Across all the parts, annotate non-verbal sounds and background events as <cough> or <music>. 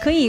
可以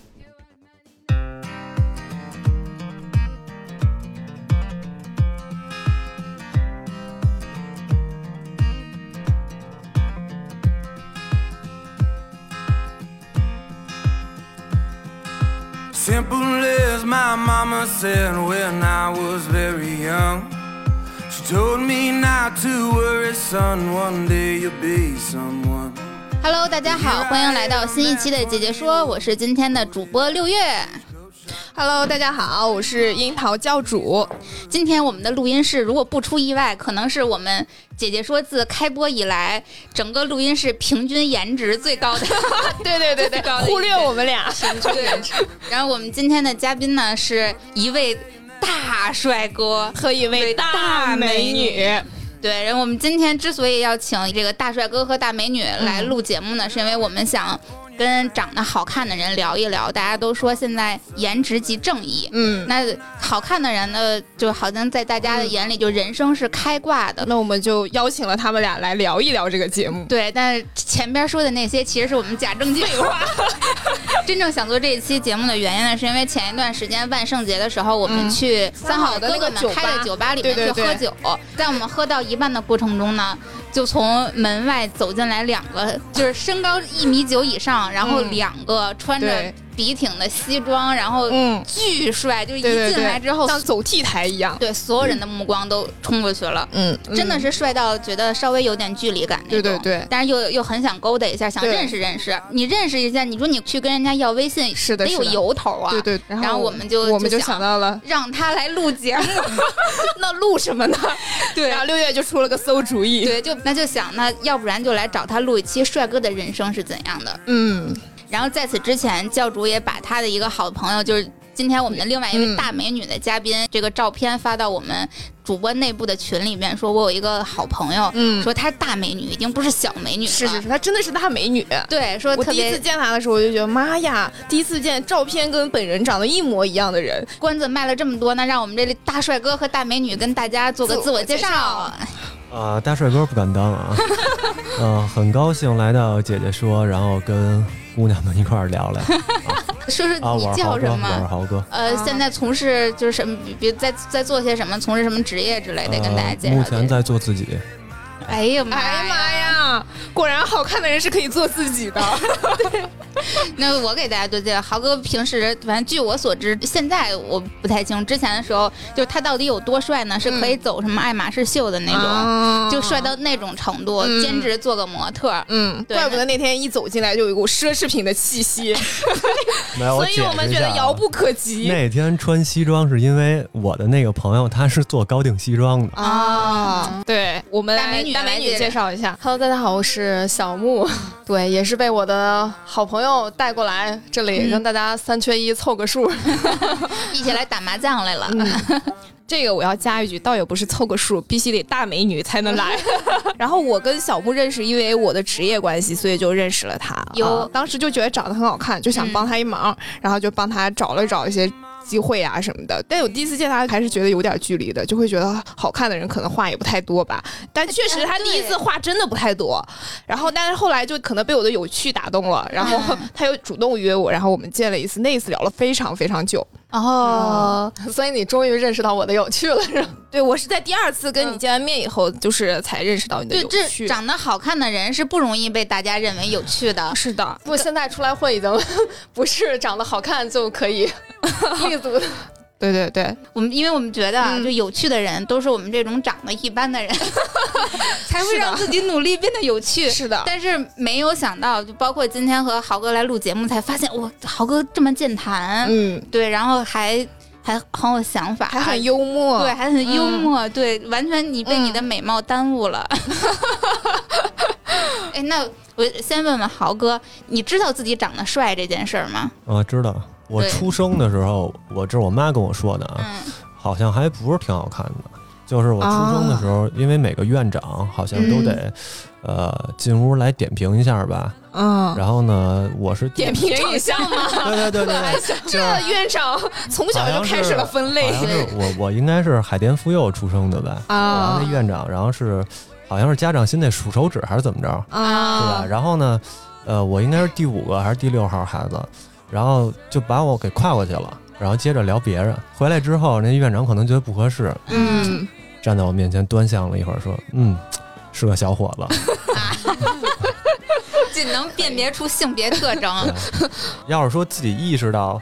Simple as my mama said when I was very young. She told me not to worry, son. One day you'll be someone. Hello，大家好，欢迎来到新一期的姐姐说，我是今天的主播六月。 Hello，大家好，我是樱桃教主。今天我们的录音室，如果不出意外，可能是我们姐姐说自开播以来，整个录音室平均颜值最高 <laughs> 的。对对对最对高的，一忽略位我们俩。 <laughs> 然后我们今天的嘉宾呢，是一位大帅哥。 <laughs> 和一位大美女，对，然后我们今天之所以要请这个大帅哥和大美女来录节目呢，是因为我们想跟长得好看的人聊一聊。大家都说现在颜值即正义，嗯，那好看的人呢，就好像在大家的眼里，就人生是开挂的。那我们就邀请了他们俩来聊一聊这个节目。对，但是前边说的那些其实是我们假正经。 <laughs> 话。真正想做这一期节目的原因呢，是因为前一段时间万圣节的时候，我们嗯去三好好的哥哥那个酒们开的吧酒吧里面对去对对喝酒。在我们喝到一半的过程中呢，就从门外走进来两个，就是身高一米九以上，然后嗯两个穿着对笔挺的西装，然后嗯，巨帅，就一对对进对，来之后，像走 T 台一样，对所有人的目光都冲过去了。嗯，真的是帅到觉得稍微有点距离感那种，对对对但是又又很想勾搭一下，想对认识认识。你认识一下，你说你去跟人家要微信，是的得有是的由头啊。对对。然后我们就我们就就想到了，让他来录节 <laughs> 目，那录什么呢？对然后六月就出了个馊主意，对，就那就想，那要不然就来找他录一期《帅哥的人生是怎样的》。嗯，然后在此之前，教主也把他的一个好朋友，就是今天我们的另外一位嗯大美女的嘉宾，这个照片发到我们主播内部的群里面，说我有一个好朋友，嗯说她是大美女，已经不是小美女了，是是是，她真的是大美女。对，说我特第别一次见她的时候，我就觉得妈呀，第一次见照片跟本人长得一模一样的人，关子卖了这么多，那让我们这里大帅哥和大美女跟大家做个自我介自我绍。啊，大帅哥不敢 <laughs> 当啊。嗯、很高兴来到姐姐说，然后跟姑娘们一块儿 <laughs> 聊聊说啊。说我你是豪叫哥，什我是么？豪哥。呃，啊现在从事就是什么，比比在在做些什么，从事什么职业之类的，跟大家介呃绍。目前，在做自己，哎呀妈哎呀妈！呀，果然好看的人是可以做自己的。那我给大家做介绍，豪哥平时反正据我所知，现在我不太清，之前的时候就是他到底有多帅呢？是可以走什么爱马仕秀的那种，啊就帅到那种程度，嗯兼职做个模特儿。嗯，对怪不得那天一走进来就有一股奢侈品的气息，没有所以我们觉得啊遥。不可及那天穿西装是因为我的那个朋友他是做高定西装的，啊。对，我们大美女大美来女介介绍一下， Hello，大家好，我是小 <laughs> 木，对，也是被我的好朋友带过来这嗯里跟大家三缺一凑个数。一起来打麻将来了。嗯这个我要加一句，倒也不是凑个数，必须得大美女才能 <laughs> 来。然后我跟小木认识，因为我的职业关系，所以就认识了他。有啊当时就觉得长得很好看，就想嗯帮他一忙，然后就帮他找了找一些。机会啊什么的，但我第一次见他还是觉得有点距离的，就会觉得好看的人可能话也不太多吧。但确实他第一次话真的不太多，然后但是后来就可能被我的有趣打动了，然后 <laughs> 他又主动约我，然后我们见了一次，那一次聊了非常非常久。啊哦， <laughs> 所以你终于认识到我的有趣了，是吧？对，我是在第二次 <laughs> 跟你见完面以后，就是才认识到你嗯的对，有这趣。长得好看的人是不容易被大家认为有趣的。是的， <laughs> 不，现在出来混已经不是长得好看就 <laughs> 可以立足的。对对对，我们因为我们觉得啊，嗯啊就有趣的人都是我们这种长得一般的人，才会是的让自己努力变得有趣。是的，但是没有想到，就包括今天和豪哥来录节目，才发现哇，豪哥这么健谈，嗯，哎对，然后还还很有想法，还很幽默，对，，还很幽默，对，完全你被你的美貌耽误了。哎，那我先问问豪哥，你知道自己长得帅这件事儿吗？啊，知道。我对出生的时候，我这是我妈跟我说的啊，嗯好像还不是挺好看的。就是我出生哦嗯的时候，因为每个院长好像都得，呃，进屋来点评一下吧。嗯，然后呢，我是点评长相吗？对对对对对，这院长啊 <laughs> 从小就开始了分类好像是我我应该是海淀妇幼出生的吧？然后啊那院长，然后是好像是家长心得数手指还是怎么着，对吧？啊！然后呢，呃，我应该是第五个还是第六号孩子，然后就把我给跨过去了，然后接着聊别人。回来之后，那院长可能觉得不合适， <laughs> 嗯，站在我面前端详了一会儿，说：“嗯，是个小伙子。仅能辨别出性别特征对。嗯 <laughs> 要是说自己意识到。”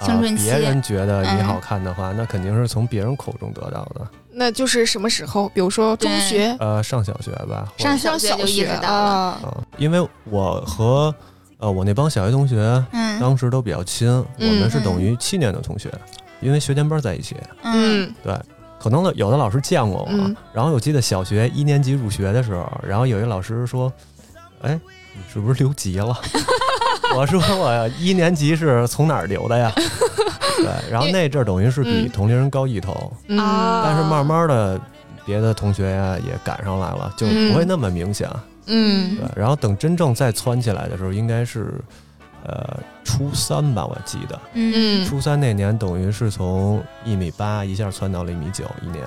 啊青春期嗯别人觉得你好看的话，那肯定是从别人口中得到的。那就是什么时候？比如说中嗯学、呃，上小学吧，或者上小上学小就意学识到了，啊，啊，因为我和呃我那帮小学同学嗯当时都比较亲，我们是等于七年的同学，因为学前班在一起。嗯，嗯可能有的老师见过我，嗯然后我记得小学一年级入学的时候，然后有一老师说：“哎，你是不是留级了？” <laughs> 我说：“我一年级是从哪儿留的呀？” <laughs> 对，然后那阵儿等于是比嗯同龄人高一头，嗯啊但是慢慢的。别的同学呀也赶上来了，就不会那么明显。嗯对，然后等真正再窜起来的时候，应该是，呃，初三吧，我记得。嗯，嗯，初三那年，等于是从一米八一下窜到了一米九，一年。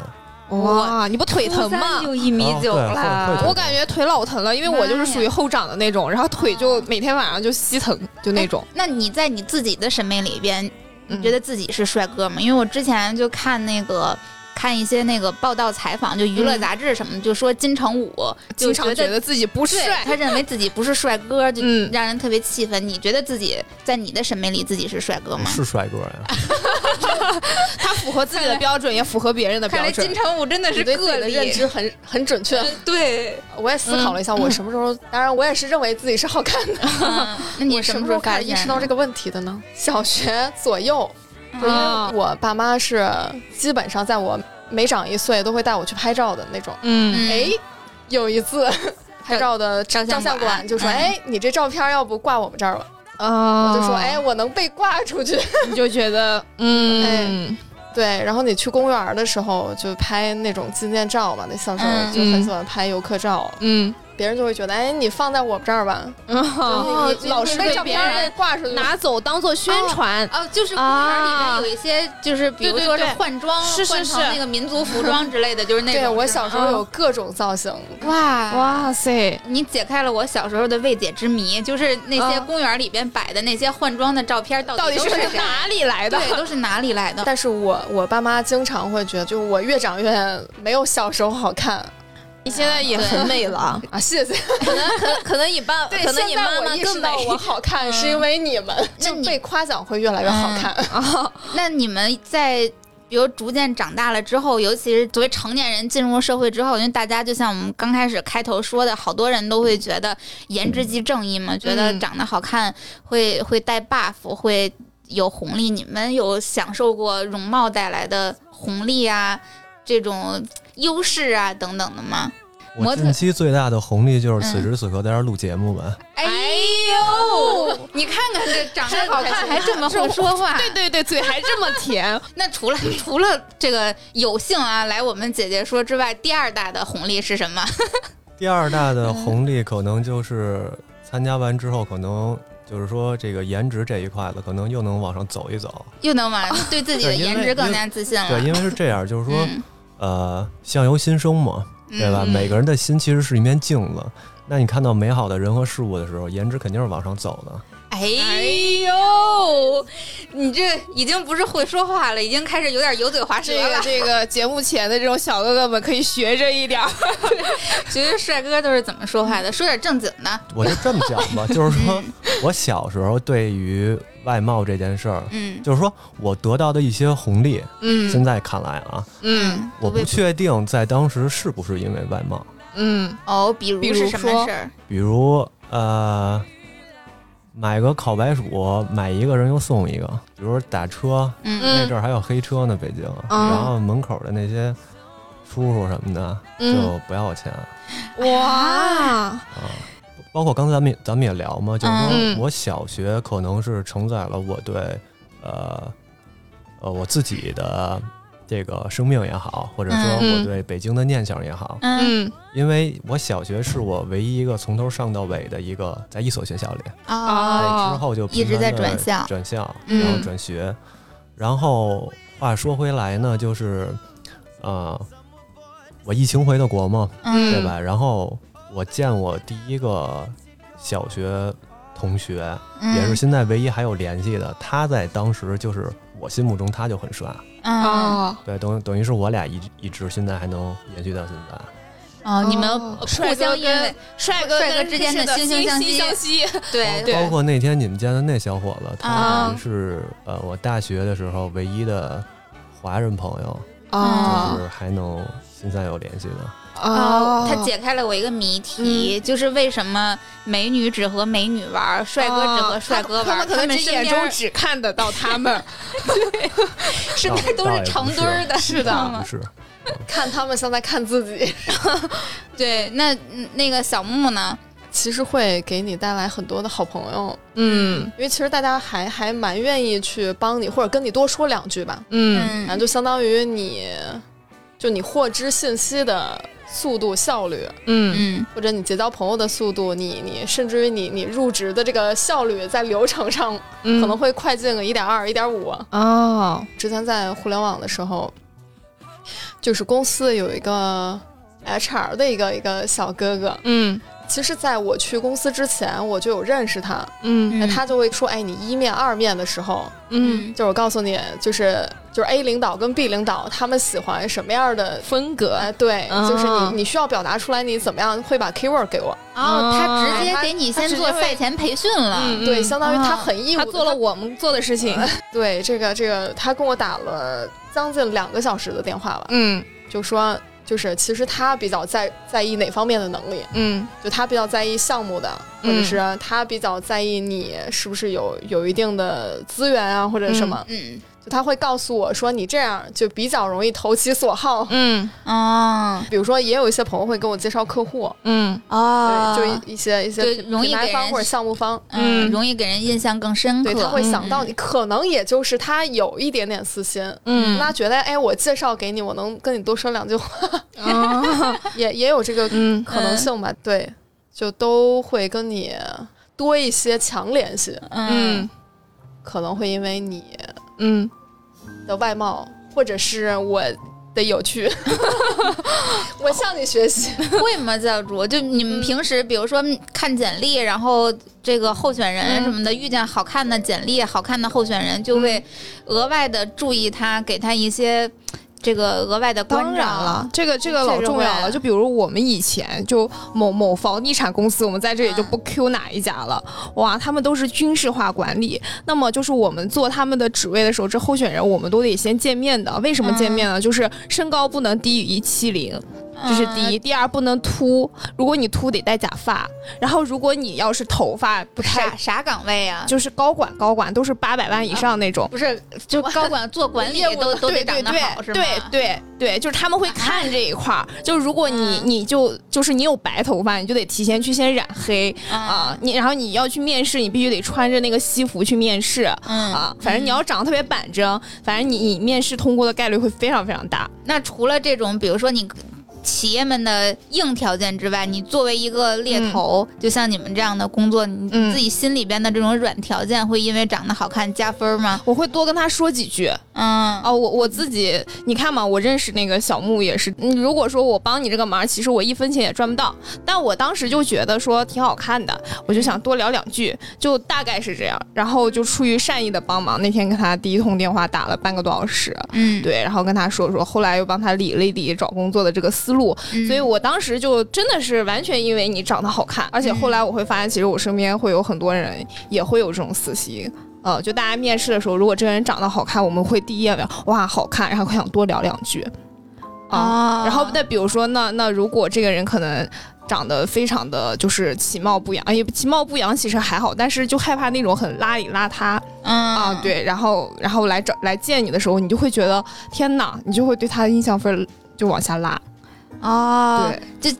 哇，你不腿疼吗？就一米九哦对会会啦疼，我感觉腿老疼了，因为我就是属于后长的那种，然后腿就每天晚上就膝疼，就那种。嗯那你在你自己的审美里边，你你哎觉得自己是帅哥吗？因为我之前就看那个。看一些那个报道采访，就娱乐杂志什么，就说金城武就觉经常得觉得自己不对帅？他认为自己不是帅哥，就嗯 <laughs> 让人特别气愤。你觉得自己在你的审美里自己是帅哥吗？是帅哥呀，他符合自己的标准，也符合别人的 <laughs> 看标来金准。城武真的是你对自个己的例，认知很很准确。嗯对。我也思考了一下，我什么时候？当然，我也是认为自己是好看的。 <laughs> <laughs> 嗯那你我什么么时时候候发开现啊始意识到这个问题的呢？小学左右，就因为我爸妈是基本上在我每长一岁都会带我去拍照的那种。嗯嗯哎，有一 <laughs> 次拍照的照照相相馆馆就说：“嗯哎，你这照片要不挂我们这儿吧？”啊我就说：“哎，，我能被挂出去。 <laughs> 你就觉得嗯，”哎对，然后你去公园儿的时候就拍那种纪念照嘛，那小时候嗯就很喜欢拍游客照，嗯别人就会觉得：“哎，你放在我们这儿吧。嗯，就你”哦老是被被照别片人儿挂出去，拿走当做宣传。哦，就是公园里面有一些，就是比如对对说是对换装，是是换成是那个民族服装之类的，就是那种。对我是吗小时候有各种造型，哇哇塞，你解开了我小时候的未解之谜，就是那些嗯公园里边摆的那些换装的照片，到到底都是是谁？哪里来的？对，都是哪里来的？但是我我爸妈经常会觉得，就我越长越没有小时候好看你现在也很美了，啊！谢谢，可能可可能你爸，对，可能你现在妈我妈意更识到美。我好嗯看是因为你们，那就你被夸奖会越来越好看。嗯哦那你们在比如逐渐长大了之后，尤其是作为成年人进入社会之后，因为大家就像我们刚开始开头说的，好多人都会觉得颜值即正义嘛，觉得长得好看会会带 buff，会有红利。你们有享受过容貌带来的红利啊，这种优势啊等等的吗？模我特嗯近期最大的红利就是此时此刻在这儿录节目吧。哎呦，你看看这长得好看还这么会 <laughs> 说话，对对对，嘴还这么甜，那除了除了这个有幸啊来我们姐姐说之外，第二大的红利是什么？第二大嗯的红利可能就是参加完之后，可能就是说这个颜值这一块子，可能又能往上走一走。又能往对自己的对因为颜值更加自信了。对，因为是这样，就是说，嗯呃，相由心生嘛，对吧？嗯每个人的心其实是一面镜子。那你看到美好的人和事物的时候，颜值肯定是往上走的。哎呦，你这已经不是会说话了，已经开始有点油嘴滑舌 <laughs> 这个了。这个节目前的这种小哥哥们可以学着一点儿。觉得帅哥都是怎么说话的？说点正经的。我就这么讲吧，就是说嗯 <laughs> 我小时候对于外貌这件事儿，嗯就是说我得到的一些红利，现嗯在看来啊，嗯我不确定在当时是不是因为外貌，嗯，哦，比如比如是什么说事儿？比如呃，买个烤白薯，买一个人又送一个，比如打车，嗯那阵儿还有黑车呢，北京，嗯然后门口的那些叔叔什么的嗯就不要我钱。哇，啊，包括刚才咱们也咱们也聊嘛，就是嗯说我小学可能是承载了我对呃呃我自己的这个生命也好，或者说嗯我对北京的念想也好，嗯嗯因为我小学是我唯一一个从头上到尾的一个在一所学校里，啊，对，之哦，后就一直频繁在地转校转校，嗯然后转学。然后话说回来呢，就是，呃，我疫情回的国嘛，嗯对吧？然后我见我第一个小学同学，嗯也是现在唯一还有联系的，他在当时就是我心目中他就很帅，嗯哦哦，对，等于等于是我俩一直一直现在还能延续到现在。哦，你们哦互相因为帅哥哥跟跟之间的惺惺惺相惜相惜，对对包括那天你们见的那小伙子，他啊等于是呃我大学的时候唯一的华人朋友，哦嗯啊就是还能现在有联系的。啊，哦他解开了我一个谜题，就是为什么美女只和美女玩儿，帅哥只啊和帅哥玩他儿，们可能哦们只身眼中边只看得到他们，身边都是成堆儿的，是不是，看他们像在看自己，对，那嗯那个小木呢？ <laughs> 其实会给你带来很多的好朋友， <laughs> 嗯因为其实大家还还蛮愿意去帮你，或者跟你多说两句吧，嗯然后就相当于你，就你获知信息的速度、效率，嗯嗯或者你结交朋友的速度，你你甚至于你你入职的这个效率，在流程上嗯可能会快进个一点二、一点五。哦，之前在互联网的时候，就是公司有一个 HR 的一个一个小哥哥，嗯其实在我去公司之前，我就有认识他，嗯那嗯他就会说，哎，你一面、二面的时候，嗯，就是我告诉你，就是就是 A 领导跟 B 领导他们喜欢什么样的。风格哎，对，哦就是你，你需要表达出来，你怎么样会把 keyword 给我？哦，他哦直接给你先做赛前培训了。嗯对，相当于他呃哦很义务他地，做了我们做的事情，对这个这个，他跟我打了将近两个小时的电话吧，嗯就说就是其实他比较在在意哪方面的能力，嗯就他比较在意项目的，或者嗯是他比较在意你是不是有有一定的资源啊或者什么，嗯，就他会告诉我说你这样就比较容易投其所好。嗯哦，比如说，也有一些朋友会给我介绍客户，嗯哦对，就一一些一些对品容易品牌给方人或者项目方，嗯，嗯容易给人印象更深刻。对他会嗯想到你，，可能也就是他有一点点私心，嗯那觉得哎，我介绍给你，我能跟你多说两句话， <laughs> 哦也也有这个嗯可能性吧？对，就都会跟你多一些强联系，嗯嗯可能会因为你嗯的外貌，或者是我的 <laughs> 有趣，我向你学习。会吗？教主，就你们平时，比如说看简历，然后这个候选人什么的，遇见好看的简历、啊好看的候选人，就会额外的注意他，给他一些这个额外的关照。当然了，，这个这个这老个重会要了。就比如我们以前就某某房地产公司，我们在这里就不 Q 哪一家了，哇，他们都是军事化管理。那么就是我们做他们的职位的时候，这候选人我们都得先见面的。为什么见面呢？就是身高不能低于一七零，这是第一；第二，不能秃。如果你秃，得戴假发。然后，如果你要是头发不太啥，啥岗位啊？就是高管，高管都是八百万以上那种。 <laughs> 不是，就高管做管理业务都都得对长对得对好，是吗？啊对对对，就是他们会看这一块儿。就如果你嗯你就就是你有白头发，你就得提前去先染黑啊啊，，你然后你要去面试，你必须得穿着那个西服去面试嗯啊。反正你要长得特别板正，反正你你面试通过的概率会非常非常大。那除了这种，比如说你呃企业们的硬条件之外，你作为一个猎头，就像你们这样的工作，你嗯自己心里边的这种软条件，会因为长得好看加分吗？我会多跟他说几句嗯，哦，我我自己你看嘛，我认识那个小木也是。嗯如果说我帮你这个忙，其实我一分钱也赚不到，但我当时就觉得说挺好看的，我就想多聊两句，就大概是这样。然后就出于善意的帮忙，那天跟他第一通电话打了半个多小时，嗯，对，然后跟他说说，后来又帮他理了一理找工作的这个思嗯路。所以我当时就真的是完全因为你长得好看，而且嗯后来我会发现，其实我身边会有很多人也会有这种私心。呃，就大家面试的时候，如果这个人长得好看，我们会第一眼聊哇好看，然后会想多聊两句。啊、哦，然后再比如说，那那如果这个人可能长得非常的就是其貌不扬，哎，其貌不扬其实还好，但是就害怕那种很邋里邋遢。嗯啊，，对，然后然后来找来见你的时候，你就会觉得天哪，你就会对他的印象分儿就往下拉。哦，对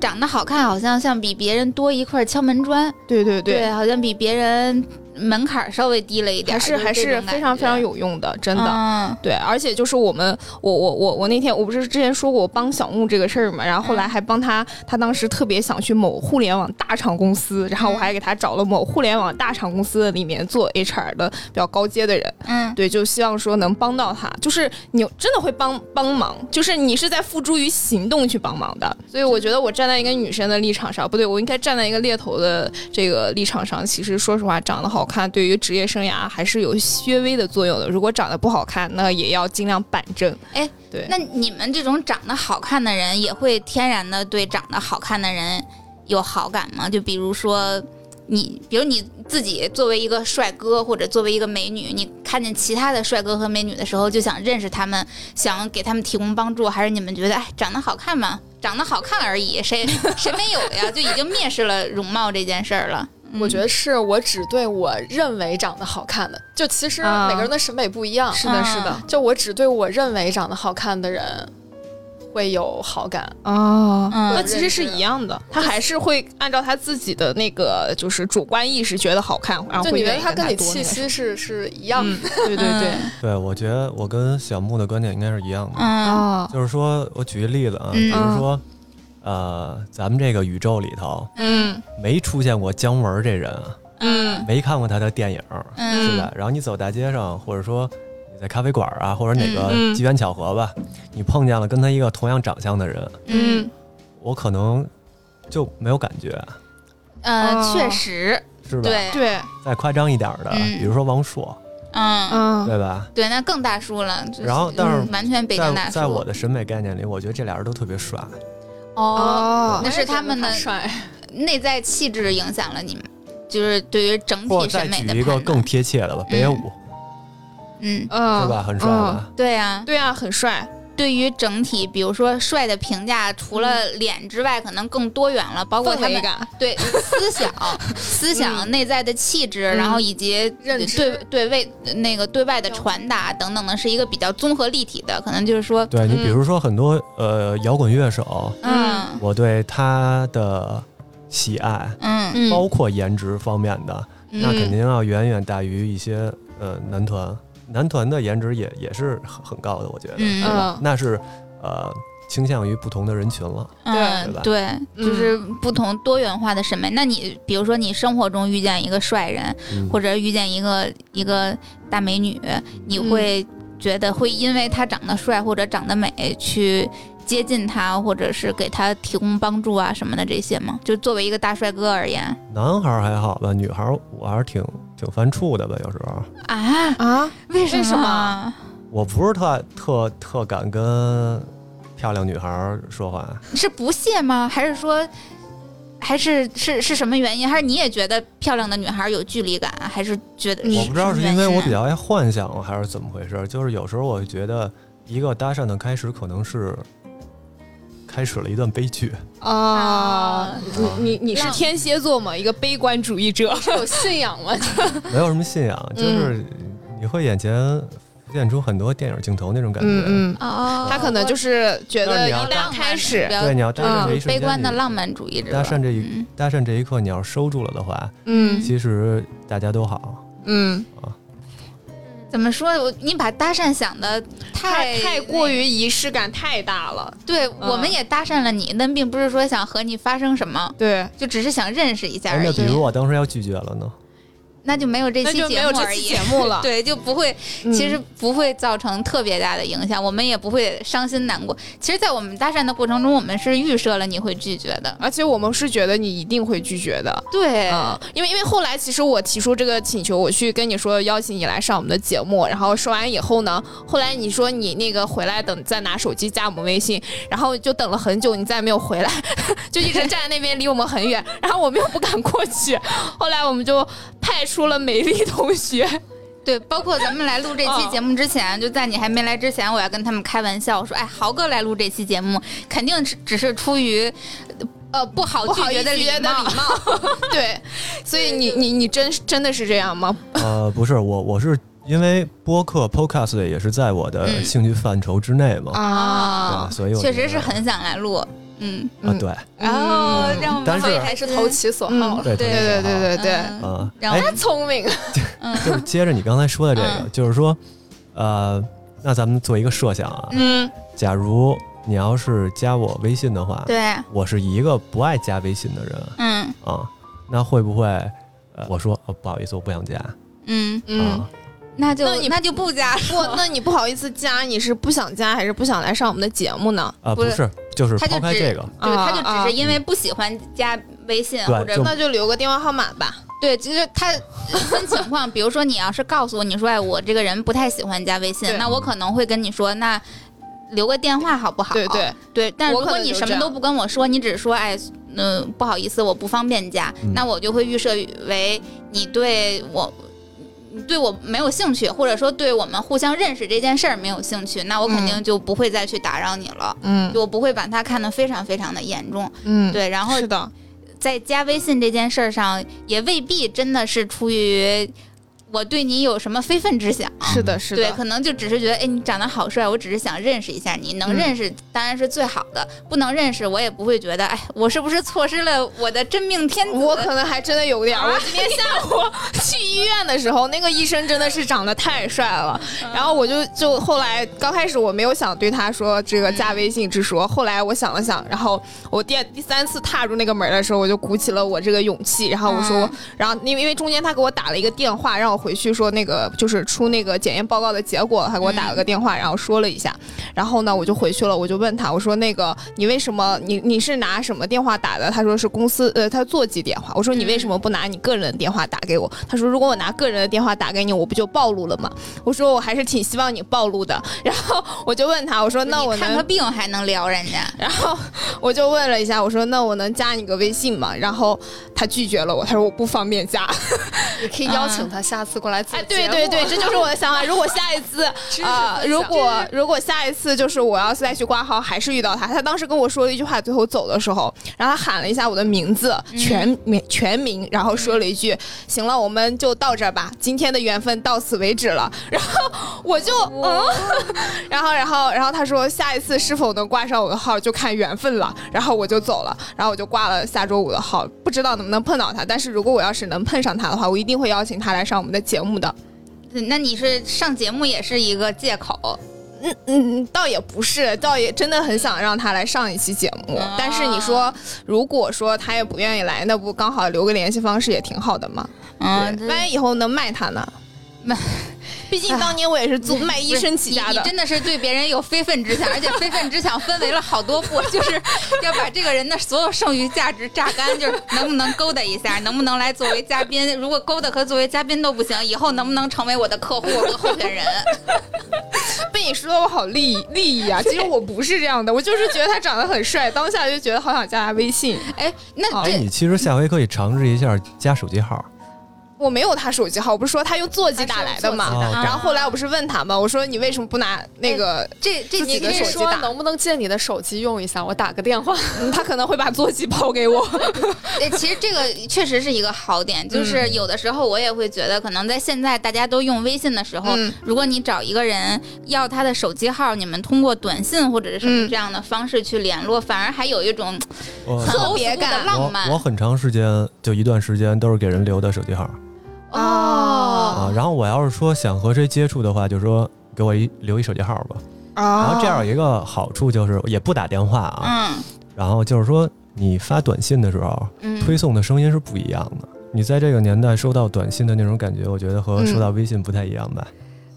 长得好看好像像比别人多一块敲门砖，对对对好像比别人门槛儿稍微低了一点还儿，是还是非常非常有有用的，真用的。嗯对，而且就是我们，我我我我那天我不是之前说过我帮小木这个事儿嘛，然后后来还帮他，他当时特别想去某互联网大厂公司，然后我还给他找了某互联网大厂公司里面做 HR 的比较高阶的人，嗯，对，就希望说能帮到他，就是你真的会帮帮忙，就是你是在付诸于行动去帮忙的，所以我觉得我站在一个女生的立场上，不对，我应该站在一个猎头的这个立场上，其实说实话，长得好看对于职业生涯还是有些微的作用的，如果长得不好看，那也要尽量板正。哎，对，那你们这种长得好看的人，也会天然的对长得好看的人有好感吗？就比如说你，比如你自己作为一个帅哥或者作为一个美女，你看见其他的帅哥和美女的时候，就想认识他们，想给他们提供帮助，还是你们觉得哎，长得好看嘛，长得好看而已，谁谁没有呀？就已经蔑视了容貌这件事儿 <laughs> 了。嗯我觉得是我只对我认为长得好看的，就其实啊每个人的审美不一样。是嗯的，是的，就我只对我认为长得好看的人会有好感。哦嗯那其实是一样的，他还是会按照他自己的那个就是主观意识觉得好看，然后就会你觉愿得意他跟跟你多气那个。息是是一样 <laughs> 的，嗯，对对对，对，我觉得我跟小木的观点应该是一样的。嗯哦，就是说我举个例子啊，嗯比如说，呃，咱们这个宇宙里头嗯没出现过姜文这人，嗯没看过他的电影，嗯是吧？然后你走大街上，或者说你在咖啡馆啊，或者哪嗯个嗯机缘巧合吧，你碰见了跟他一个同样长相的人，嗯嗯我可能就没有感觉，呃，哦确实是吧？对，对，再夸张一点的，嗯比如说王朔，嗯，嗯对吧？对，那更大叔了。就是然后但是完全北京大叔，在在我的审美概念里，我觉得这俩人都特别帅。哦，哦那是他们的帅，呃内在气质影响了你们，就是对于整或体者再审美的举一个判更断。贴切的吧，北野武嗯，嗯是吧？很帅吧？对啊，对啊，很帅。对于整体，比如说帅的评价，除了脸之外，可能更多元了，包括他们感，对思想、思想、内在的气质，嗯然后以及认知对对外那个对外的传达等等的，是一个比较综合立体的。可能就是说，对你，嗯比如说很多呃摇滚乐手，嗯我对他的喜爱，嗯嗯包括颜值方面的，哦那肯定要远远大于一些呃男团。男团的颜值也也是很很高的，我觉得，嗯对吧嗯那是呃倾向于不同的人群了。嗯，对对，就是不同多元化的审美。那你比如说，你生活中遇见一个帅人，嗯或者遇见一个一个大美女，你会觉得会因为他长得帅或者长得美去接近他，或者是给他提供帮助啊什么的这些吗？就作为一个大帅哥而言男孩儿还好吧，女孩儿我还是挺挺犯怵的吧，有时候啊，啊，为什么么？我不是特特特敢跟漂亮女孩儿说话，是不屑吗？还是说？还是是是什么原因？还是你也觉得漂亮的女孩有距离感？啊还是觉得我不知道什是么因为原我因啊比较爱幻想，还是怎么回事儿。就是有时候我会觉得，一个搭讪的开始可能是开始了一段悲剧。啊，你你你是浪天蝎座吗？一个悲观主义者。这有信仰吗？没有什么信仰，就是你会眼前浮现出很多电影镜头那种感觉。嗯嗯，哦，他可能就是觉那得你一要旦开始，对，你要搭讪嗯这一瞬悲间，观的浪漫主义者，搭讪这一嗯搭讪这一刻，你要收住了的话，嗯其实大家都好。嗯，怎么说？我你把搭讪想的太太太过于嗯仪式感太大了。对，我们也搭讪了你，但并不是说想和你发生什么，对，就只是想认识一下哎而那比如已。我当时要拒绝了呢？那就没有这那期就没节有目这而期已节。目了。 <laughs> 对，就不会，嗯，其实不会造成特别大的影响，我们也不会伤心难过。其实，在我们搭讪的过程中，我们是预设了你会拒绝的，而且我们是觉得你一定会拒绝的。对，嗯，因为因为后来其实我提出这个请求，我去跟你说邀请你来上我们的节目，然后说完以后呢，后来你说你那个回来等再拿手机加我们微信， <laughs> 然后就等了很久，你再没有回来， <laughs> 就一直站在那边离我们很远，然后我们又不敢过去， <laughs> 后来我们就派出了美丽同学， <laughs> 对，包括咱们来录这期节目之前，就在你还没来之前，我要跟他们开玩笑说，哎，豪哥来录这期节目，肯定是只是出于。呃，不好不拒好意绝思的的礼礼貌貌，，对，所以你你你真真的是这样吗？呃，不是，我我是因为播客 podcast 也是在我的嗯兴趣范畴之内嘛， <laughs> 啊对，所以我哎确觉实是得很想来录，嗯，啊，嗯对，哦，让我们但是嗯所以还还是是投投其其所嗯好了，对对对对对对对，嗯啊，然后嗯哎，聪明，就是接着你刚才说的这个，就是说，呃，那咱们做一个设想啊，嗯，假如你要是加我微信的话，对，我是一个不爱加微信的人嗯啊，那会不会呃我说哦不好意思我不想加嗯，嗯啊，？那就那你那就不加了，不，那你不好意思加，你是不想加还是不想来上我们的节目呢？啊不不是是，就是他就抛开只这个，对，他就只啊是因为不喜欢加微信对或者就那就留个电话号码吧。对，其实他分情况，比如说你要是告诉我，你说哎，我这个人不太喜欢加微信对，那我可能会跟你说，那留个电话好不好？对对，对，但我如可果能你就什这么样都不跟我说，你只说哎，嗯、不好意思，我不方便加，嗯那我就会预设为你对我。你对我没有兴趣，或者说对我们互相认识这件事儿没有兴趣，那我肯定就不会再去打扰你了，嗯就我不会把它看得非常非常的严重。嗯，对，然后是的，在加微信这件事儿上，也未必真的是出于我对你有什么非分之想。是的，是对，的，可能就只是觉得，哎，你长得好帅，我只是想认识一下你。能嗯认识当然是最好的，不能认识我也不会觉得，哎，我是不是错失了我的真命天子？我可能还真的有点儿。啊我今天 <laughs> 下午去医院的时候，那个医生真的是长得太帅了，嗯然后我就就后来刚开始我没有想对他说这嗯个加微信之说，后来我想了想，然后我第第三次踏入那个门儿的时候，我就鼓起了我这个勇气，然后我说，嗯然后因为因为中间他给我打了一个电话，让我回去说那个就是出那个检验报告的结果，他给我打了个电话，然后说了一下，然后呢我就回去了，我就问他，我说那个你为什么你你是拿什么电话打的？他说是公司呃他座机电话，我说你为什么不拿你个人的电话打给我？他说如果我拿个人的电话打给你，我不就暴露了吗？我说我还是挺希望你暴露的，然后我就问他，我说那我你看能个病还能聊人家，然后我就问了一下，我说那我能加你个微信吗？然后他拒绝了我，他说我不方便加。你可以邀请他下次过来做哎，节对目对对，这就是我的想法。如果下一次知识啊、分享如果如果下一次就是我要是再去挂号，还是遇到他，他当时跟我说了一句话，最后走的时候，然后他喊了一下我的名字，嗯全名全名，然后说了一句：“行了，我们就到这儿吧，今天的缘分到此为止了。”然后我就嗯， <laughs> 然后然后然后他说下一次是否能挂上我的号就看缘分了，然后我就走了，然后我就挂了下周五的号，不知道能不能碰到他，但是如果我要是能碰上他的话，我一定会邀请他来上我们的节目的。那你是上节目也是一个借口。嗯嗯，倒也不是，倒也真的很想让他来上一期节目。啊但是你说，如果说他也不愿意来，那不刚好留个联系方式也挺好的嘛？嗯，这万一以后能卖他呢？ <laughs> 卖，哎毕竟当年我也是做卖不医是生起家你，的你。真的是对别人有非分之想，而且非分之想分为了好多 <laughs> 步，就是要把这个人的所有剩余价值榨干，就是能不能勾搭一下，能不能来作为嘉宾？如果勾搭和作为嘉宾都不行，以后能不能成为我的客户和候选人？被你说的我好利益利益啊！其实我不是这样的，我就是觉得他长得很帅，当下就觉得好想加他微信。哎， <laughs> 那哦哎，这你其实下回可以尝试一下加手机 <laughs> 号，我没有他手机号，我不是说他用座机打来的嘛他是用座机？打然后啊后来我不是问他嘛，我说你为什么不拿哎那个？这这自几己你个可的手以机说打能不能借你的手机用一下，我打个电 <laughs> 话。嗯他可能会把座机抛给我。哎，其实这个确实是一个好点，就是嗯有的时候我也会觉得，可能在现在大家都用微信的时候，嗯如果你找一个人要他的手机号，你们通过短信或者是什嗯么这样的方式去联络，反而还有一种我很特别 old school 的感浪我我漫。很长时间就一段时间都是给人留的手机号哦哦啊，然后我要是说想和谁接触的话，就说给我一留一手机号吧。 <laughs> 哦然后这哦样有一个好处就是也不打电话啊，嗯然后就是说你发短信的时候，推嗯，送的声音是不一样的。你在这个年代收到短信的那种感觉，我觉得和收到微信不太一样吧？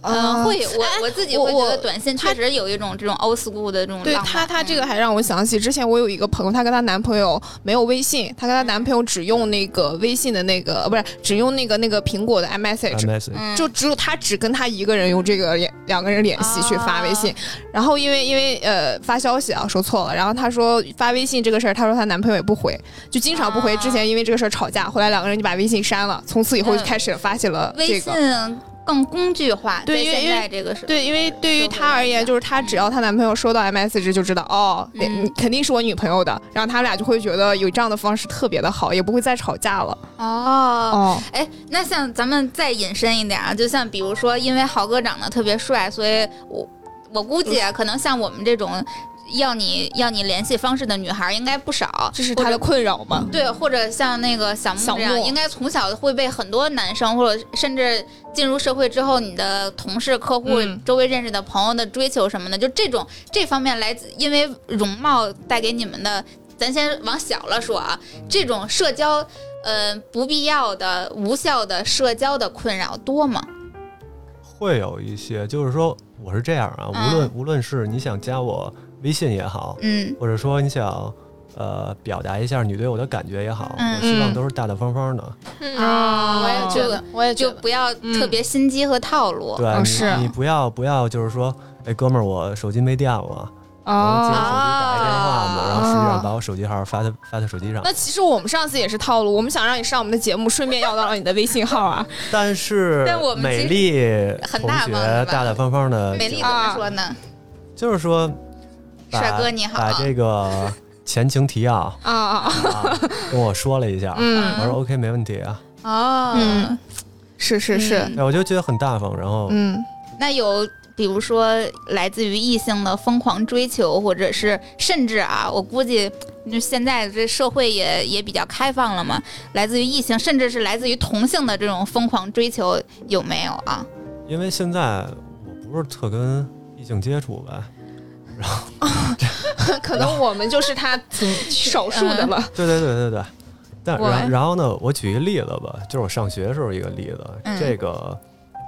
嗯，会有我哎我自己我会觉我得短信确实有一种这种 old school 的这种对浪漫她，她嗯这个还让我想起之前我有一个朋友，她跟她男朋友没有微信，她跟她男朋友只用那个微信的那个，呃不是只用那个那个苹果的 iMessage。 iMessage，嗯就只有她只跟她一个人用这个联两个人联系去发微信，然后因为因为呃发消息啊说错了，然后她说发微信这个事儿，她说她男朋友也不回，就经常不回。啊之前因为这个事儿吵架，后来两个人就把微信删了，从此以后就开始发起了微这信个。更工具化，对在因为现在这个时对，因为对于社会她而影言，响就是她只要她男朋友收到 MSG 就知道，哦，嗯那你肯定是我女朋友的，然后他们俩就会觉得有这样的方式特别的好，也不会再吵架了。哦哦，哎，那像咱们再引申一点啊，就像比如说，因为豪哥长得特别帅，所以我我估计啊，可能像我们这种要你要你联系方式的女孩应该不少，这是他的困扰吗？对，或者像那个小小木这样，木应该从小会被很多男生，或者甚至进入社会之后，你的同事、客户、嗯周围认识的朋友的追求什么的，就这种这方面来自，因为容貌带给你们的，咱先往小了说啊，这种社交，呃，不必要的、无效的社交的困扰多吗？会有一些，就是说我是这样啊，嗯无论无论是你想加我微信也好，嗯或者说你想呃表达一下你对我的感觉也好，嗯我希望都是大大方方的。嗯啊，我哦也觉得，我也觉就得，不要特别心机和套路。对，哦你是你不要不要就是说，哎哥们儿，我手机没电了，啊哦能接手机打一电话吗？然后实际上把我手机号发在发在手机上。 <laughs> 那其实我们上次也是套路，我们想让你上我们的节目，顺便要到了你的微信号啊。但是但我们美其实丽很同大学方是吧大大方方的，美丽啊怎么说呢？就是说，把帅哥你好把这个前情提要 <laughs> 啊啊，啊啊跟我说了一下，嗯，我说 OK 没问题啊，哎哦，嗯是是是，嗯对我就觉得很大方，然后嗯，那有比如说来自于异性的疯狂追求，或者是甚至啊，我估计就现在这社会也也比较开放了嘛，来自于异性，甚至是来自于同性的这种疯狂追求有没有啊？因为现在我不是特跟异性接触吧，可能我们就是 <laughs> 他少数的了。对对对对对。但我然然后呢，我举一例子吧，就是我上学时候一个例子，嗯这个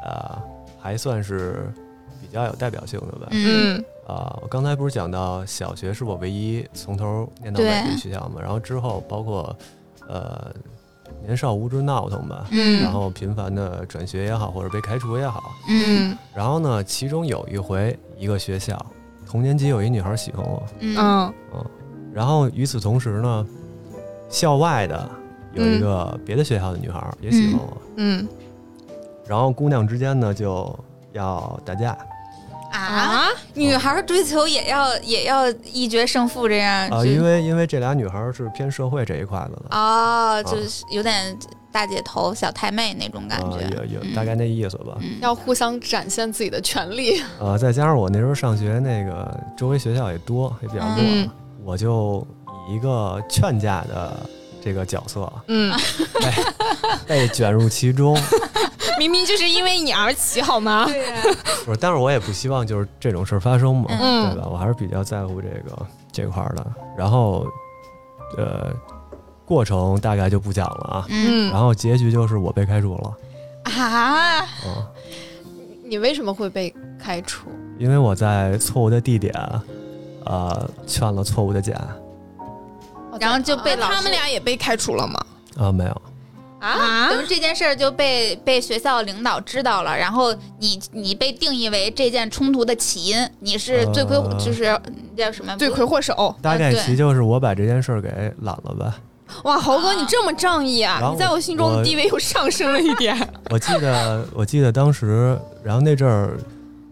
呃还算是比较有代表性的吧。嗯，啊、我刚才不是讲到小学是我唯一从头念到尾的学校嘛，然后之后包括呃年少无知闹腾吧，嗯然后频繁的转学也好，或者被开除也好，嗯然后呢，其中有一回一个学校同年级有一女孩喜欢我，嗯嗯然后与此同时呢，校外的有一个别的学校的女孩儿也喜欢我，嗯然后姑娘之间呢就要打架，啊，，女孩追求也要也要一决胜负这样啊、就因为因为这俩女孩儿是偏社会这一块的了，哎啊哦，就是有点大姐头小太妹那种感啊、觉，也也嗯大概那意思吧。嗯要互相展现自己的权利。 <laughs> 呃，再加上我那时候上学，那个周围学校也多，也比较乱，嗯我就以一个劝架的这个角色嗯，被卷入其中。明明就是因为你而起，好吗？对呀，不是，但是我也不希望就是这种事儿发生嘛，嗯对吧？我还是比较在乎这个这块儿的。然后，呃，过程大概就不讲了啊。嗯然后结局就是我被开除了，啊，嗯，你为什么会被开除？因为我在错误的地点，呃，劝了错误的假哦然后就被啊老师他们俩也被开除了吗？啊，没有，啊等于这件事儿就被被学校领导知道了，然后你你被定义为这件冲突的起因，你是罪魁，呃就是叫什么罪魁祸首，大概啊对其就是我把这件事儿给揽了呗。哇，豪哥，你这么仗义啊！然后你在我心中的我地位又上升 <laughs> 了一点。我记得，我记得当时，然后那阵儿，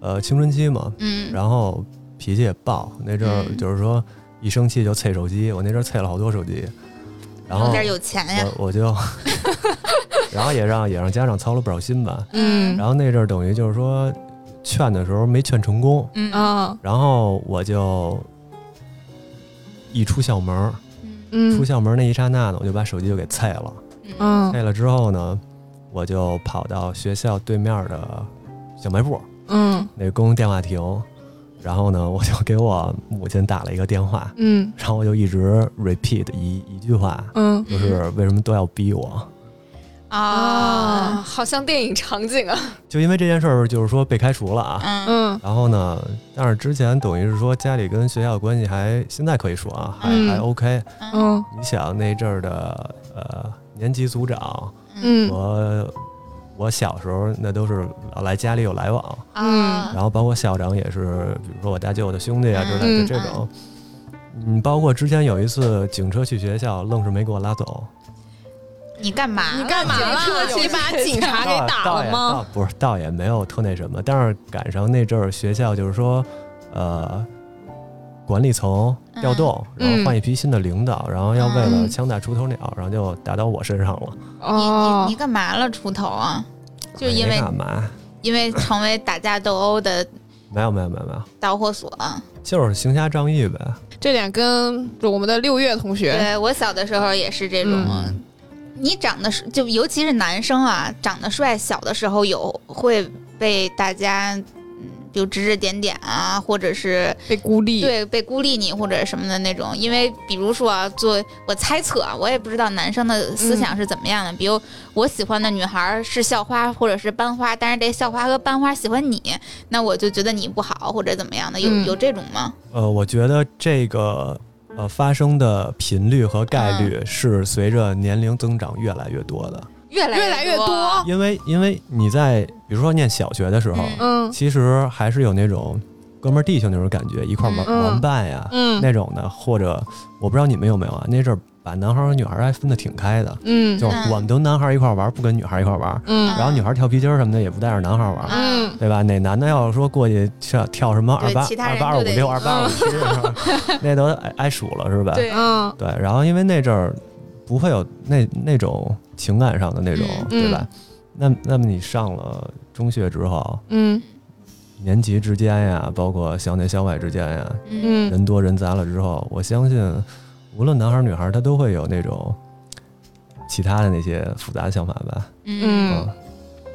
呃，青春期嘛，嗯然后脾气也暴，那阵儿嗯就是说一生气就啐手机，我那阵儿啐了好多手机，然后有点有钱哎呀，我我就，然后也让也让家长操了不少心吧。 <laughs> 嗯然后那阵儿等于就是说劝的时候没劝成功，嗯啊，然后我就一出校门儿，嗯嗯出校门儿那一刹那呢，我就把手机就给啐了，嗯嗯啐了之后呢，我就跑到学校对面的小卖部，嗯那公用电话亭，然后呢，我就给我母亲打了一个电话，嗯然后我就一直 repeat 一一句话，嗯，就是为什么都要逼我？嗯哦啊，好像电影场景啊。就因为这件事儿，就是说被开除了啊。嗯嗯然后呢，但是之前等于是说家里跟学校关系还现在可以说啊，还、嗯还 OK。嗯嗯你想那阵儿的呃年级组长嗯和我小时候那都是老来家里有来往，啊嗯然后包括校长也是，比如说我大舅的兄弟啊之类嗯的这种。嗯，包括之前有一次警车去学校，愣是没给我拉走。你干嘛？你干嘛了？哦你把警察给倒打了倒吗？也倒不是，倒也没有特那什么，但是赶上那阵儿学校就是说，呃，管理层调动，嗯然后换一批新的领导，然后要为了嗯枪打出头鸟，然后就打到我身上了。你哦你你，干嘛了？出头啊？就是因没为哎干嘛？因为成为打架斗殴的没有没有没有没有，导火索。啊就是行侠仗义呗。这点跟我们的六月同学，对我小的时候也是这种。嗯你长得是就尤其是男生啊，长得帅，小的时候有会被大家嗯，比如指指点点啊，或者是被孤立，对被孤立你或者什么的那种。因为比如说啊，做我猜测啊，我也不知道男生的思想是怎么样的。比如我喜欢的女孩是校花或者是班花，但是这校花和班花喜欢你，那我就觉得你不好或者怎么样的，有、嗯有这种吗？呃，我觉得这个呃发生的频率和概嗯率是随着年龄增长越来越多的，哦越来越来越多，多，因为因为你在比如说念小学的时候，嗯嗯其实还是有那种哥们儿弟兄那种感觉，一块儿玩、嗯玩伴呀、嗯那种的，或者我不知道你们有没有啊，那阵儿把男孩儿和女孩儿还分得挺开的，嗯就是嗯我们都男孩儿一块儿玩，不跟女孩儿一块儿玩，嗯然后女孩儿跳皮筋儿什么的也不带着男孩儿玩。啊嗯，对吧？哪男的要是说过去跳跳什么二对八其他二人八二就五得六二八二五七，<laughs> 27那都挨挨数了是吧？对嗯对，然后因为那阵儿不会有那那种情感上的那种，嗯对吧？那那么你上了中学之后，嗯年级之间呀，包括校内校外之间呀，嗯嗯人多人杂了之后，我相信无论男孩儿女孩儿，他都会有那种其他的那些复杂的想法吧。嗯嗯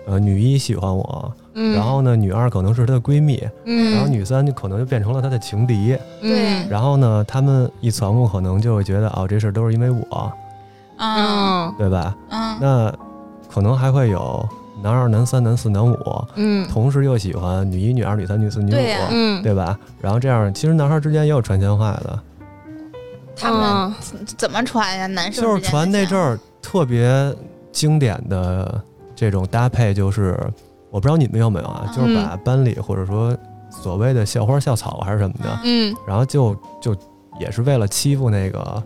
呃，女一喜欢我，嗯，然后呢，女二可能是她的闺蜜，嗯，然后女三就可能就变成了她的情敌。嗯然后呢，他们一琢磨，可能就会觉得哦，这事儿都是因为我，嗯嗯对吧？嗯那可能还会有男二、男三、男四、男五，嗯同时又喜欢女一、女二、女三、女四、女五，对呀嗯，对吧？然后这样，其实男孩之间也有传闲话的，他们嗯怎么传呀？男生就是传那阵儿，儿特别经典的这种搭配，就是我不知道你们有没有啊，就是嗯把班里或者说所谓的校花、校草还是什么的，嗯然后就就也是为了欺负那个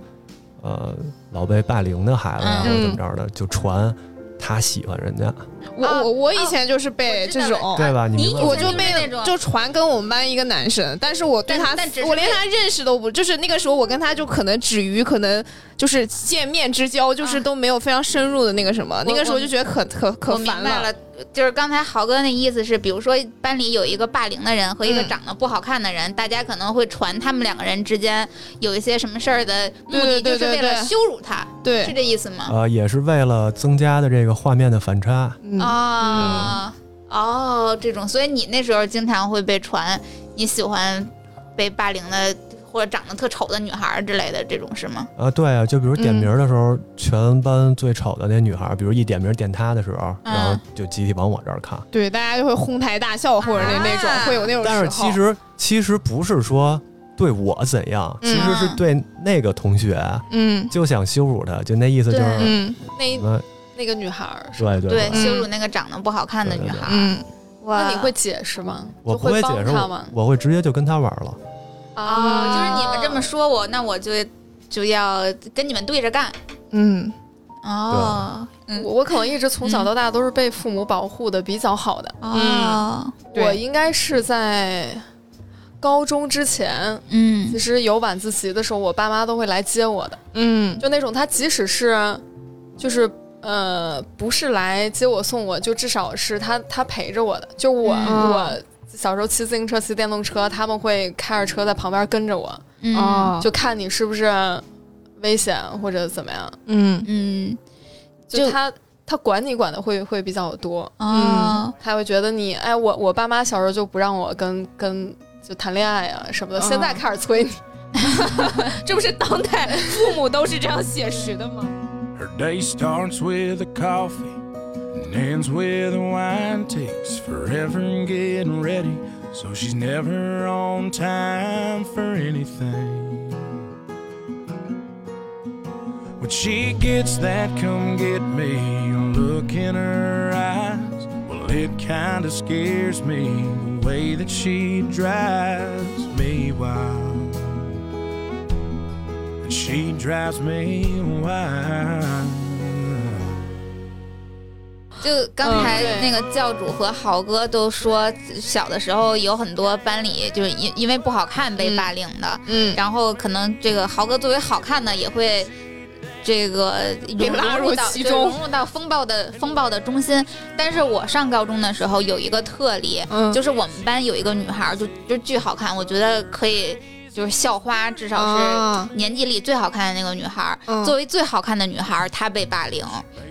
呃老被霸凌的孩子呀，嗯或者怎么着的，就传他喜欢人家，嗯我啊我嗯我以啊前就是被我知这道种，对吧？你你明白以我我前就就是被那种就传跟我们班一个男生，但是我对但他但只，是我连他认识都不，就是那个时候我跟他就可能止于可能就是见面之交，就是啊都没有非常深入的那个什么，那个时候就觉得可可可我明烦白了。了，就是刚才豪哥那意思是，比如说班里有一个霸凌的人和一个嗯长得不好看的人，大家可能会传他们两个人之间有一些什么事儿的目的，对对就对是为对了对羞辱他，是对，这意思吗？呃也是为了增加的这个画面的反差，嗯啊、哦，这种，所以你那时候经常会被传你喜欢被霸凌的或者长得特丑的女孩儿之类的这种是吗？啊，对啊，就比如点名儿的时候，全班最丑的那女孩儿，比如一点名儿点她的时候，嗯然后就集体往我这儿看。对，大家就会哄抬大笑或者那那种啊会有那种时候。但是其实其实不是说对我怎样，其实是嗯对那个同学嗯就想羞辱她，就那意思就是对什嗯那么那个女孩儿，对对对，对，羞辱那个长得不好看的女对对对孩儿。嗯哇，那你会解释吗？我就不会解帮释，她吗啊我？我会直接就跟她玩了。哦，就是你们这么说我，那我就就要跟你们对着干。嗯哦，嗯，我我可能一直从小到大都是被父母保护的比较好的，哦，对我应该是在高中之前，嗯其实有晚自习的时候，我爸妈都会来接我的，嗯就那种他即使是就是。呃，不是来接我送我，就至少是他他陪着我的。就我、嗯我小时候骑自行车、骑电动车，他们会开着车在旁边跟着我，嗯哦就看你是不是危险或者怎么样。嗯嗯就就他他管你管的会会比较多，哦，他会觉得你哎，我我爸妈小时候就不让我跟跟就谈恋爱啊什么的，现嗯在开始催你。这不是当代父母都是这样写实的吗？ Her day starts with a coffee and ends with a wine. Takes forever in getting ready, so she's never on time for anything. When she gets that come get me look in her eyes, well, it kinda scares me the way that she drives me wild. And she drives me wild. 就刚才嗯那对个教主和豪哥都说，小的时候有很多班里就是因因为不好看被霸凌的，嗯然后可能这个豪哥作为好看的也会这个被融拉入到其对中融入到风暴的风暴的中心。但是我上高中的时候有一个特例，嗯就是我们班有一个女孩儿，就就巨好看，我觉得可以就是校花，至少是啊，年级里最好看的那个女孩儿。嗯作为最好看的女孩儿，她被霸凌，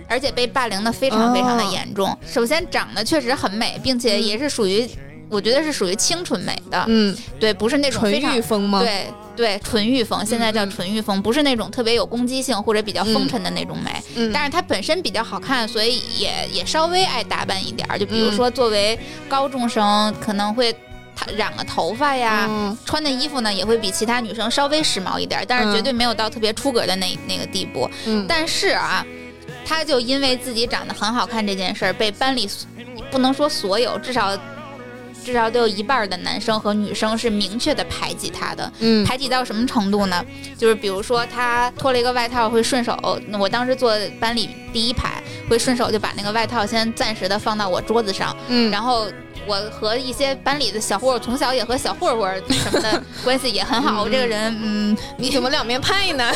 而且被霸凌的非哦常非常的严重。首先长得确实很美，并且也是属于，我觉得是属于清纯美的，嗯，对，不是那种纯非常欲风吗？嗯对对，纯欲风，现在叫纯欲风，不是那种特别有攻击性或者比较风尘的那种美，嗯但是她本身比较好看，所以也也稍微爱打扮一点儿。就比如嗯说作为高中生，可能会她染个头发呀，嗯穿的衣服呢也会比其他女生稍微时髦一点儿，但是绝对没有到特别出格的那那个地步。嗯但是啊，她就因为自己长得很好看这件事儿，被班里所不能说所有，至少至少都有一半儿的男生和女生是明确的排挤她的。嗯排挤到什么程度呢？就是比如说她脱了一个外套会顺手，我当时坐班里第一排，会顺手就把那个外套先暂时的放到我桌子上，嗯，然后我和一些班里的小混混，从小也和小混混什么的关系也很好。我这个人，嗯，你怎么两面派呢？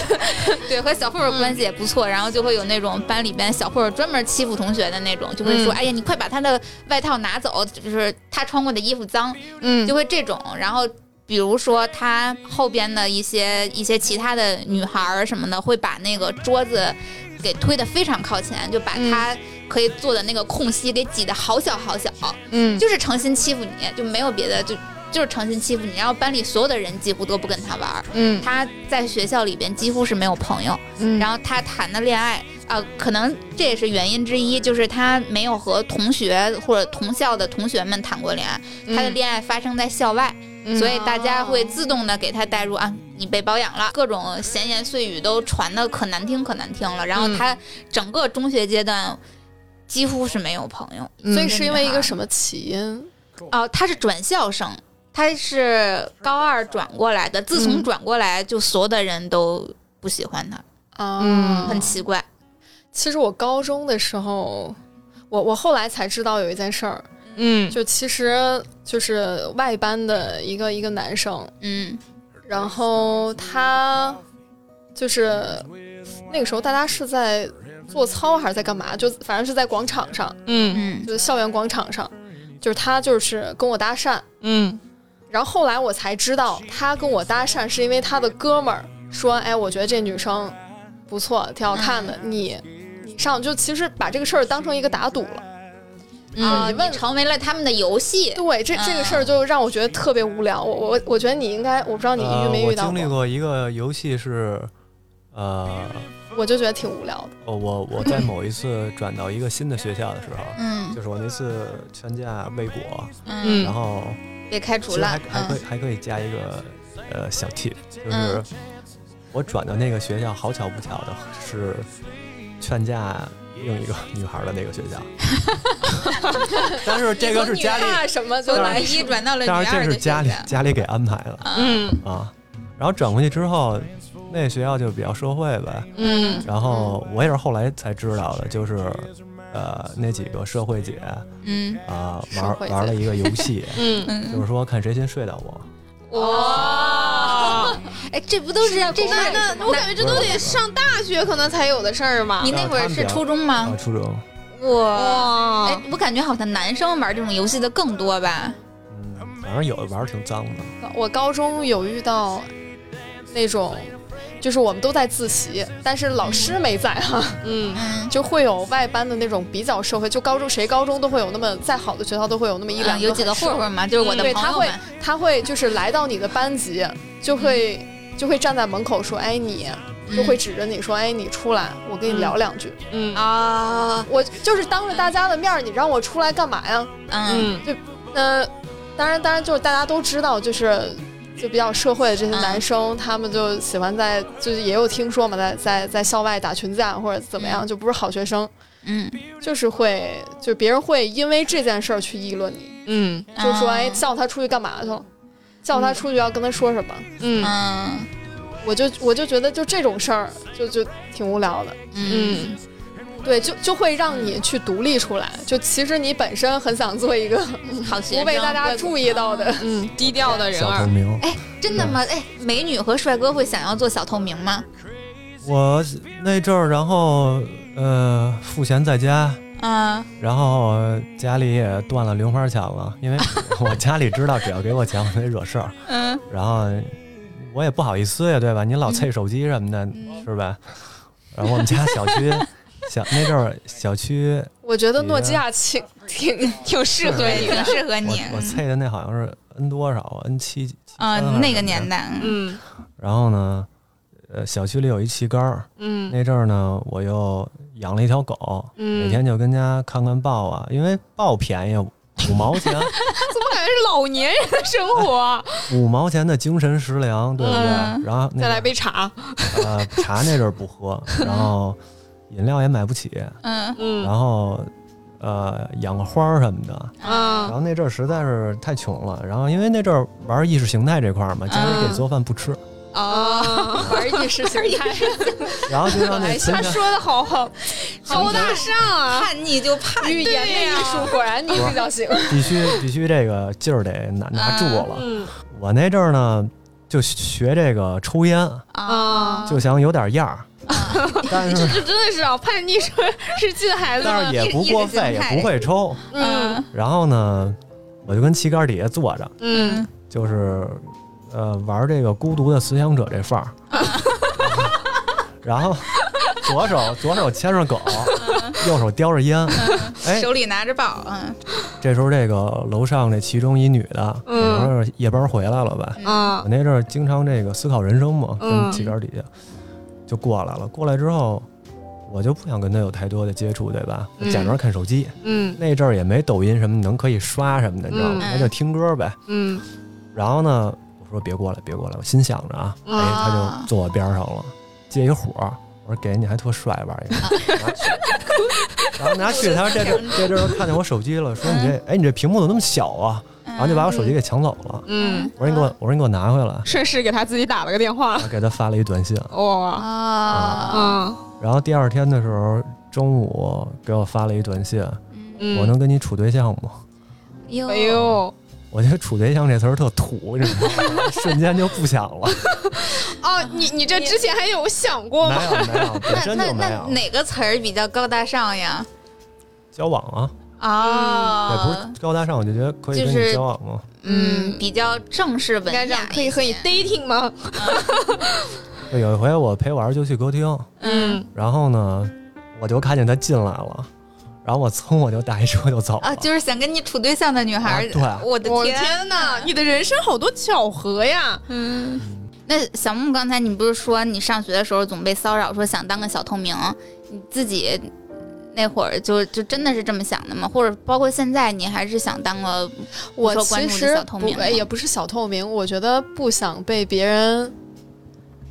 对，和小混混关系也不错。然后就会有那种班里边小混混专门欺负同学的那种，就会说：“嗯哎呀，你快把他的外套拿走，就是他穿过的衣服脏。”嗯就会这种。然后比如说他后边的一些一些其他的女孩儿什么的，会把那个桌子给推得非常靠前，就把嗯他可以坐的那个空隙给挤得好小好小。嗯，就是诚心欺负你，就没有别的，就就是诚心欺负你。然后班里所有的人几乎都不跟他玩儿，嗯他在学校里边几乎是没有朋友。嗯然后他谈的恋爱啊、可能这也是原因之一，就是他没有和同学或者同校的同学们谈过恋爱，他的恋爱发生在校外，嗯所以大家会自动的给他带入啊，你被包养了，各种闲言碎语都传的可难听可难听嗯了。然后他整个中学阶段。几乎是没有朋友，嗯所以是因为一个么？什么起因？哦，他是转校生，他是高二转过来的。自从嗯转过来，就所有的人都不喜欢他，啊，嗯很奇怪。其实我高中的时候，我我后来才知道有一件事儿，嗯就其实就是外班的一个一个男生，嗯然后他就是那个时候大家是在做操还是在干嘛？就反正是在广场上，嗯嗯就是校园广场上，就是他就是跟我搭讪，嗯然后后来我才知道他跟我搭讪是因为他的哥们儿说，哎，我觉得这女生不错，挺好看的，你你上就其实把这个事儿当成一个打赌了。啊，你问你成为了他们的游戏。对，这这个事儿就让我觉得特别无聊。我我我觉得你应该，我不知道你遇呃，没我遇到经历过，过一个游戏是，呃，我就觉得挺无聊的。哦我我在某一次转到一个新的学校的时候，嗯就是我那次劝架未果，嗯，然后被开除其实还了。还可以嗯还可以加一个呃小 tip，就是嗯我转到那个学校，好巧不巧的是劝架另一个女孩的那个学校，但是这个是家里，怕什么就从来女一转到了女但是二这的是家里学校家里给安排的嗯啊。然后转过去之后，那学校就比较社会呗。嗯，然后我也是后来才知道的，就是呃那几个社会姐嗯啊、社玩会姐玩了一个游戏嗯，就嗯，是说看谁先睡到我。哇！哎，这不都是这是那那我感觉这都得上大学可能才有的事儿吧你。那会儿是初中啊，吗？初中，哇！哎哇，，我感觉好像男生玩这种游戏的更多吧？嗯，反正有的玩儿挺脏的。我高中有遇到那种，就是我们都在自习，但是老师没在啊哈、嗯嗯，就会有外班的那种比较社会，就高中谁高中都会有那么再好的学校都会有那么一嗯两有几个嗯很社混混嘛，就是我的对朋他友会们。他会就是来到你的班级，就会就会站在门口说，哎你，就会指着你说，哎你出来，我跟你聊两句。嗯啊，我就是当着大家的面儿，你让我出来干嘛呀？嗯嗯那当然，当然就是大家都知道，就是就比较社会的这些男啊生，他们就喜欢在，就是也有听说嘛，在在在校外打群架或者怎么样，嗯就不是好学生，嗯，就是会就别人会因为这件事儿去议论你，嗯就说啊哎，叫他出去干嘛去了，叫他出去要跟他说什么，啊嗯嗯我就我就觉得就这种事儿就就挺无聊的。嗯嗯对，就就会让你去独立出来。就其实你本身很想做一个嗯，好学不生被大家注意到的，嗯，低调的人小透儿，明，真的吗？哎，美女和帅哥会想要做小透明吗？我那阵儿，然后呃，赋闲在家，嗯，然后家里也断了零花钱了，因为我家里知道，只要给我钱，我就得惹事儿。嗯，然后我也不好意思呀，对吧？你老碎手机什么的，嗯是吧？然后我们家小区小那阵儿小区，我觉得诺基亚挺挺挺适合对，你的挺，适合我你，我碎的那好像是 N 多少啊，N 七，嗯，那个年代，嗯嗯然后呢，呃，小区里有一旗杆儿，嗯那阵儿呢，我又养了一条狗，嗯， <laughs> 每天就跟家看看豹啊，因为豹便宜，五毛 <laughs> 钱，怎么感觉是老年人的生 <laughs> 活？五毛钱的精神食粮，对不对？嗯然后那再个来杯 <laughs> 茶，呃茶那阵儿不 <laughs> 喝，然后饮料也买不起，嗯然嗯后呃养个花儿什么的。然啊后那阵儿实在是太穷了，然后因为那阵儿玩意识形态这块儿嘛，嗯家里给做饭不吃，啊， <laughs> 玩意识形态，然后就让那存他钱。说的好好高大上啊，叛逆就叛语逆言的艺术果然你比较行，必须必须这个劲儿得拿拿住了。嗯我那阵儿呢，就学这个抽烟，哦啊，就想有点样 <laughs> 儿，但是这真的是啊，叛逆是是近孩子但的是也不过分，也不会抽。嗯然后呢，我就跟旗杆底下坐着，嗯就是呃玩这个孤独的思想者这范 <laughs> 儿，然后左手左手牵着狗，嗯右手叼着烟。哎，手里拿着宝，嗯这时候这个楼上这其中一女的，可嗯能是夜班回来了吧？啊我那阵儿经常这个思考人生嘛，嗯跟旗杆底下就过来了。过来之后，我就不想跟他有太多的接触，对吧？嗯假装看手机。嗯那阵儿也没抖音什么能可以刷什么的，你知道吗？嗯那就听歌呗。嗯然后呢，我说别过来，别过来，我心想着啊，哎，啊他就坐我边上了，借一火，我说给你还特帅吧，一 <laughs> 个拿去。然后拿去，他说这阵这阵儿看见我手机了，说你嗯这哎你这屏幕怎么那么小啊？然后就把我手机给抢走了。嗯，我说你给我，我说你给我拿回来。顺势给他自己打了个电话然，后给他发了一短信，嗯哇啊，啊然后第二天的时候中午给我发了一短信，嗯，我能跟你处对象吗？哟哎呦我觉得“处对象”这词儿特土，你知道 <laughs> 吗？瞬间就不想了，哦，你你这之前还有想过吗没？有没有，本那身那就没那有哪个词儿比较高大上呀？交往啊，也哎不哦，是高大上，我就觉得可以跟就是你交往吗？嗯，比较正式文应该这雅样，一些，可以和你 dating 吗？对，有一回我陪我儿子去歌厅，嗯然后呢，我就看见他进来了，然后我噌我就打一车就走了，啊，就是想跟你处对象的女孩儿，啊对我的我的天，天哪，你的人生好多巧合呀！嗯，那小木，刚才你不是说你上学的时候总被骚扰，说想当个小透明，你自己那会儿就就真的是这么想的吗？或者包括现在，你还是想当个嗯我受关其注的实小透不哎明吗也不是小透明，我觉得不想被别人。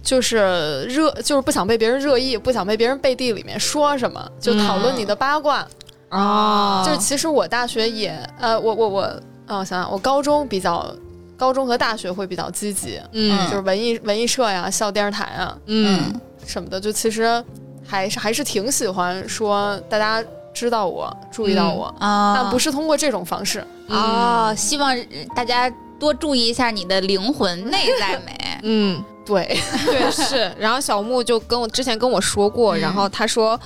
就是热，就是不想被别人热议，不想被别人背地里面说什么，就讨论你嗯的八卦。哦啊就其实我大学也，呃，我我我，啊，我想想，我高中比较，高中和大学会比较积极，嗯就是文艺文艺社呀、校电视台啊嗯。什么的，就其实还是还是挺喜欢说大家知道我，注意到我，啊，但不是通过这种方式。啊、希望呃大家多注意一下你的灵魂内在美嗯，对， <laughs> 对，是。然后小木就跟我之前跟我说过，嗯然后他说，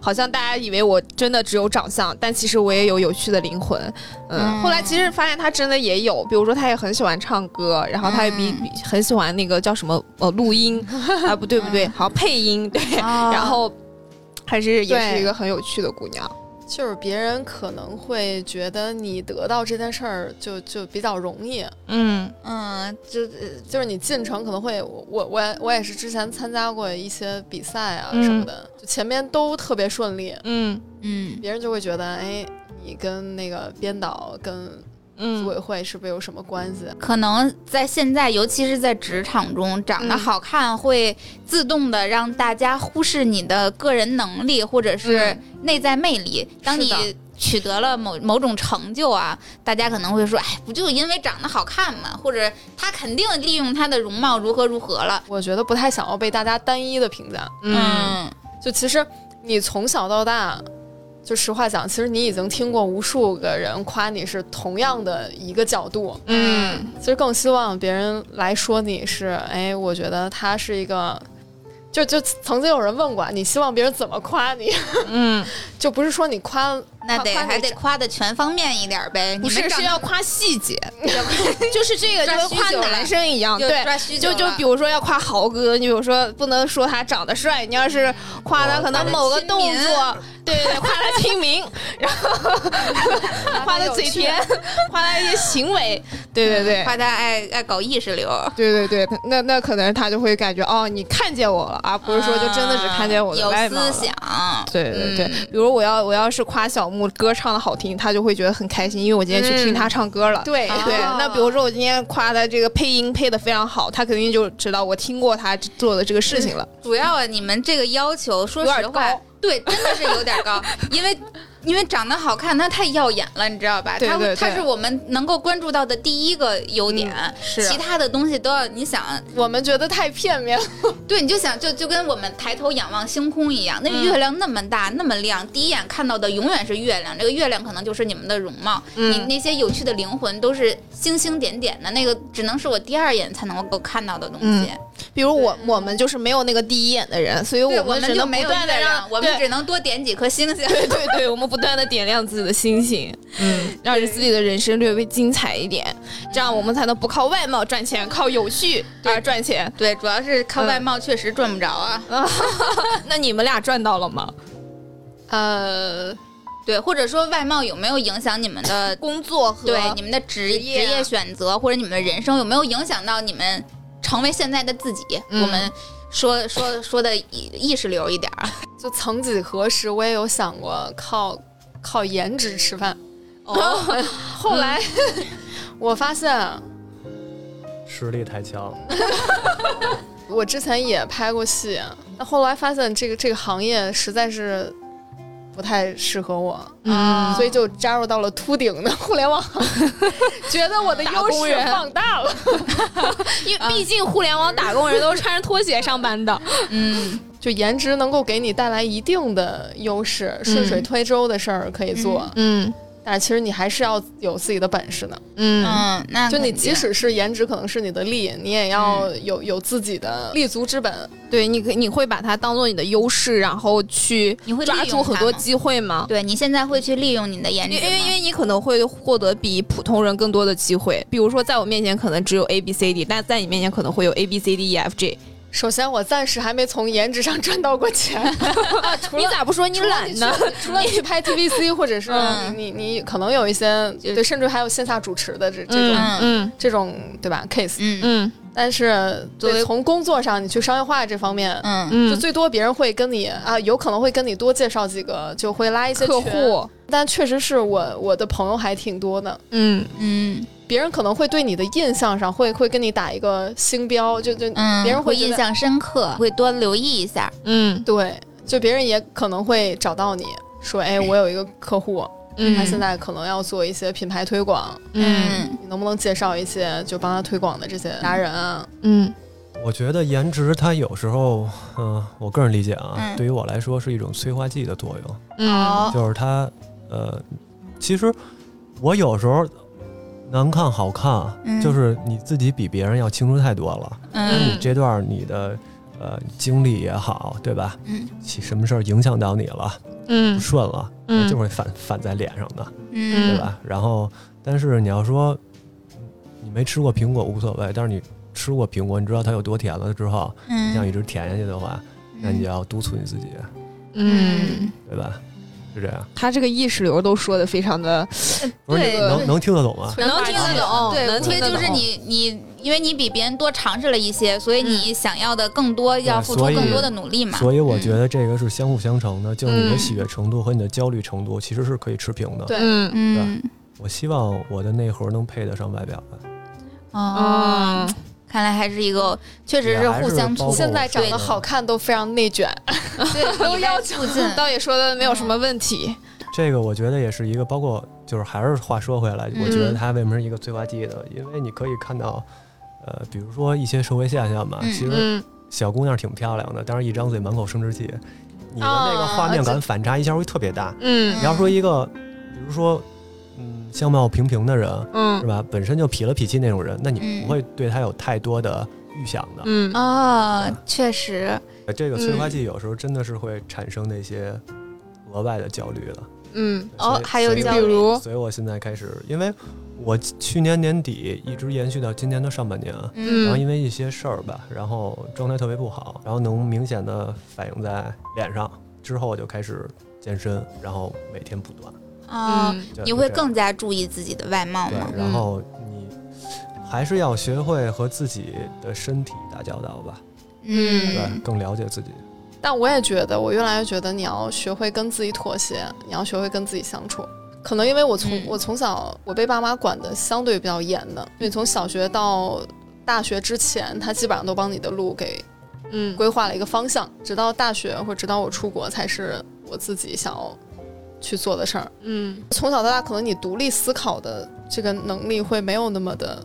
好像大家以为我真的只有长相，但其实我也有有趣的灵魂。嗯，嗯后来其实发现他真的也有，比如说他也很喜欢唱歌，然后他也比、嗯比很喜欢那个叫什么呃录 <laughs> 音啊，不对不对，好像配音对， <laughs> 啊然后。还是也对是一个很有趣的姑娘，就是别人可能会觉得你得到这件事儿就就比较容易，嗯嗯，就就是你进程可能会，我我我也我也是之前参加过一些比赛啊嗯什么的，就前面都特别顺利，嗯嗯别人就会觉得，哎，你跟那个编导跟组嗯委会是不是有什么关系？可能在现在，尤其是在职场中，长得好看会自动的让大家忽视你的个人能力或者是内在魅力。当是你的取得了某某种成就啊，大家可能会说：“哎，不就因为长得好看嘛？”或者他肯定利用他的容貌如何如何了。我觉得不太想要被大家单一的评价。嗯，就其实你从小到大，就实话讲，其实你已经听过无数个人夸你是同样的一个角度，嗯其实更希望别人来说你是，哎，我觉得他是一个就就曾经有人问过啊你希望别人怎么夸你， <laughs> 嗯，就不是说你夸那得夸夸你还得夸的全方面一点呗。不你是们长是要夸 <laughs> 细节，就是这个就抓跟需夸求了男生一样，又对。抓需就求就了比如说要夸豪哥，你比如说不能说他长得帅，你要是夸他可他能的某个亲动民作，对对对，夸他亲民，夸他有嘴趣甜，夸他一些行为，对对对，夸他爱爱搞意识流，对对对，那那可能他就会感觉哦，你看见我了啊，不是说就真的只看见我的外有貌了思想，对对对，嗯比如我要我要是夸小木歌唱的好听，他就会觉得很开心，因为我今天去听他唱歌了。对嗯对，哦那比如说我今天夸他这个配音配的非常好，他肯定就知道我听过他做的这个事情了。主要啊，你们这个要 <laughs> 求，说有实点话高，对，真的是有点高，因为。因为长得好看，他太耀眼了，你知道吧？对对他对嗯他是我们能够关注到的第一个优点，是啊其他的东西都要你想，我们觉得太片面了，对，你就想就就跟我们抬头仰望星空一样，那嗯月亮那么大、那么亮，第一眼看到的永远是月亮，这个月亮可能就是你们的容貌，嗯你那些有趣的灵魂都是星星点点的，那个只能是我第二眼才能够看到的东西。嗯比如我我们就是没有那个第一眼的人，所以对，们只就能没有不断的月亮让我们只能多点几颗星星。对对对，我们不断的点亮自己的星星，嗯，让自己的人生略微精彩一点，这样我们才能不靠外貌赚钱，靠有趣而赚钱。对，主要是靠外貌确实赚不着啊。那你们俩赚到了吗？呃，对，或者说外貌有没有影响你们的工作和呃对你们的职职业啊职业选择，或者你们的人生有没有影响到你们成为现在的自己？嗯我们说说说的意意识流一点儿。啊就曾几何时我也有想过靠靠颜值吃饭， <laughs> 哦，后来、 <laughs> 我发现实力太强了。我之前也拍过戏，但后来发现这个这个行业实在是不太适合我，嗯所以就加入到了秃顶的互联网，觉得我的打优工势人放大了。因为毕竟互联网打工人都是穿着拖鞋上班的，嗯，就颜值能够给你带来一定的优势，嗯顺水推舟的事儿可以做， <laughs> 嗯但是其实你还是要有自己的本事的。嗯嗯，那就肯你定嗯即使是颜值可能是你的利，你也要有有自己的立足之本。对你可你会把它当做你的优势，然后去你会利抓用住很它多吗机会吗？对你现在会去利用你的颜值因吗，为因为因为你可能会获得比普通人更多的机会，比如说在我面前可能只有 A B C D，但在你面前可能会有 A B C D E F G。首先，我暂时还没从颜值上赚到 <laughs> 过钱，你咋不说你懒呢？除了你去拍 TVC，或者是嗯你你可能有一些就对，甚至还有线下主持的这这嗯种嗯这种对吧 case。嗯嗯嗯但是作为对从工作上，你去商业化这方面，嗯就嗯，最多别人会跟你啊，有可能会跟你多介绍几个，就会拉一些客群。户，但确实是我我的朋友还挺多的，嗯嗯别人可能会对你的印象上会会跟你打一个星标，就就嗯，别人会会觉印得象深刻，会多留意一下。嗯对，就别人也可能会找到你说，哎，我有一个客户，他现在可能要做一些品牌推广，嗯你能不能介绍一些就帮他推广的这些达人啊？嗯我觉得颜值它有时候，嗯、我个人理解啊，嗯对于我来说是一种催化剂的作用，嗯哦，就是它，呃，其实我有时候难看好看，啊嗯就是你自己比别人要清楚太多了。嗯你这段你的呃经历也好，对吧？嗯，起什么事儿影响到你了，不嗯顺了，嗯那就会反反在脸上的，嗯对吧？然后，但是你要说你没吃过苹果无所谓，但是你吃过苹果，你知道它有多甜了之后，你想一嗯，直甜下去的话，那你就要督促你自己，嗯，对吧？是这样，他这个意识流都说的非常的不是对你能能听得懂吗？呃能听得懂，对，能无非听得就是懂。你你，因为你比别人多尝试了一些，所以你想要的更多，要付出嗯所以更多的努力嘛。嗯所以我觉得这个是相辅相成的，就是你的嗯喜悦程度和你的焦虑程度其实是可以持平的。对嗯嗯，我希望我的内核能配得上外表吧。哦，嗯，看来还是一个，确实互相促进哦也还是包括现在长得好看都非常内卷， <laughs> 对，都要促 <laughs> 进。倒也说的没有什么问题。这个我觉得也是一个，包括就是还是话说回来，嗯我觉得它为什么是一个催化剂的，因为你可以看到，呃，比如说一些社会现象嘛，嗯其实嗯小姑娘挺漂亮的，但是一张嘴满口生殖器，你的那个画面感哦反差一下会特别大。嗯你要说一个，比如说，嗯，相貌平平的人，嗯是吧？本身就痞了痞气那种人，那你嗯不会对他有太多的预想的。嗯，哦，确实，呃这个催化剂有时候真的是会产生那些额外的焦虑的。嗯，哦所以还有所以焦比虑如所以我现在开始，因为我去年年底一直延续到今年的上半年，啊嗯然后因为一些事儿吧，然后状态特别不好，然后能明显的反映在脸上。之后我就开始健身，然后每天不断。啊，嗯就你就会这样更加注意自己的外貌对吗？，嗯然后你还是要学会和自己的身体打交道吧，对，嗯，更了解自己。但我也觉得，我越来越觉得你要学会跟自己妥协，你要学会跟自己相处。可能因为我从、嗯我从小我被爸妈管的相对比较严的，因为从小学到大学之前，他基本上都帮你的路给嗯，规划了一个方向，直到大学或者直到我出国才是我自己想要去做的事儿。嗯，从小到大，可能你独立思考的这个能力会没有那么的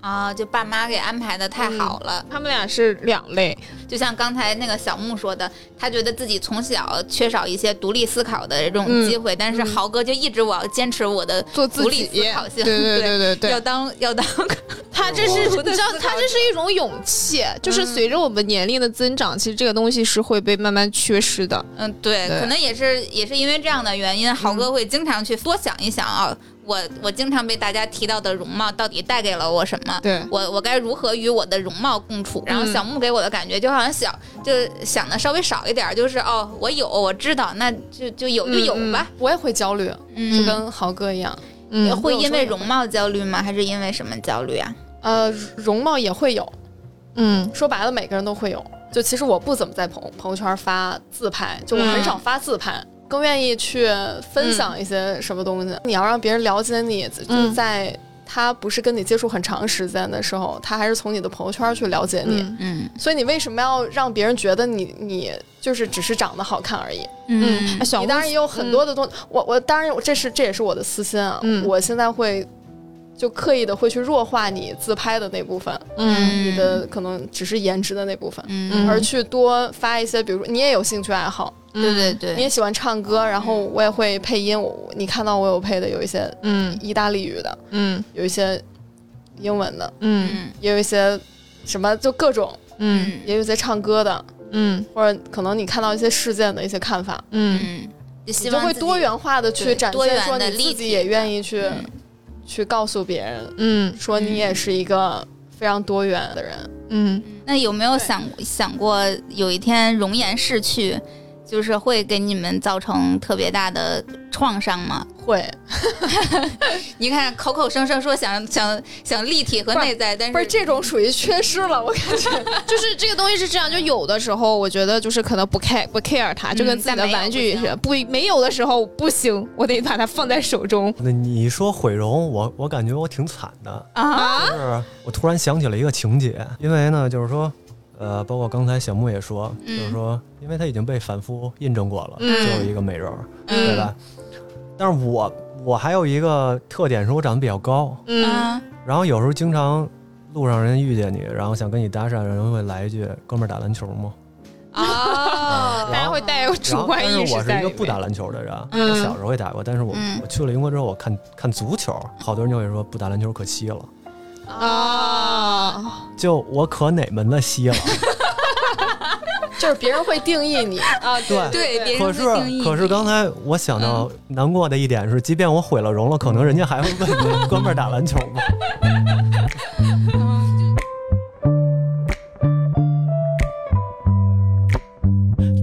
啊，就爸妈给安排的太好了，他们俩是两类，就像刚才那个小木说的，他觉得自己从小缺少一些独立思考的这种嗯机会，但是豪哥就一直我要坚持我的做自独己立，思 <laughs> 考性，对 <laughs> 对对对对要，当要当，他这是我你知道，他这是一种勇气，就是嗯随着我们年龄的增长，其实这个东西是会被慢慢缺失的。嗯，对，对可能也是也是因为这样的原因，豪哥会经常去多想一想啊，我我经常被大家提到的容貌到底带给了我什么。 <laughs> 对，我我该如何与我的容貌共处？然后嗯小木给我的感觉就好像想就想的稍微少一点儿，就是哦，我有我知道，那就就有就有嗯嗯吧，我也会焦虑，嗯就跟豪哥一样。嗯会有时因候为也会容貌焦虑吗？还是因为什么焦虑啊？呃，容貌也会有，嗯说白了，每个人都会有。就其实我不怎么在朋朋友圈发自拍，就我很嗯少发自拍，更愿意去分享一些什么东西。你要让别人了解你，就嗯在他不是跟你接触很长时间的时候，他还是从你的朋友圈去了解你。嗯嗯所以你为什么要让别人觉得你你就是只是长得好看而已？嗯，小你木当然也有很多的东我我当然这是这也是我的私心啊。嗯我现在会就刻意的会去弱化你自拍的那部分，嗯你的可能只是颜值的那部分，嗯，而去多发一些，比如说你也有兴趣爱好，对对对，你也喜欢唱歌，然后我也会配音。我你看到我有配的有一些嗯意大利语的，嗯有一些英文的，嗯嗯也有一些什么就各种，嗯也有一些唱歌的，嗯或者可能你看到一些事件的一些看法，嗯嗯，就你希就望会自己多元化的去对展多元现，说的你立自体己也的愿意去嗯去告诉别人，嗯说你也是一个非常多元的人。嗯， <laughs> 那有没有想想过有一天容颜逝去，就是会给你们造成特别大的创伤吗？会，你看口口声声说想想想立体和不是内在，但不是这种属于缺失了，我感觉。就是这个东西是这样，就有的时候我觉得就是可能不 care 不 care 它，就跟自己的玩具也是不没有的时候不行，我得把它放在手中那你说毁容，我我感觉我挺惨的，啊，就是我突然想起了一个情节，因为呢，就是说，呃，包括刚才小木也说，嗯就是说，因为它已经被反复印证过了，嗯就是一个美人儿，嗯对吧？但是我我还有一个特点是我长得比较高，嗯啊然后有时候经常路上人遇见你，然后想跟你搭讪，人会来一句：“哥们儿打篮球吗哦，大家会带有嗯然主后，观但意是识我是在一个里不面打。篮球的人，嗯我小时候也打过，但是我、嗯我去了英国之后，我看看足球，好多人就会说不打篮球可惜了，啊，就我可哪门子惜了？就是别人会定义 <laughs> 你啊，对对，别人可会是定义嗯可是你刚才我想到难过的一点是，即便我毁了容了，可能人家还会问 <laughs> 你哥们儿打篮球吗？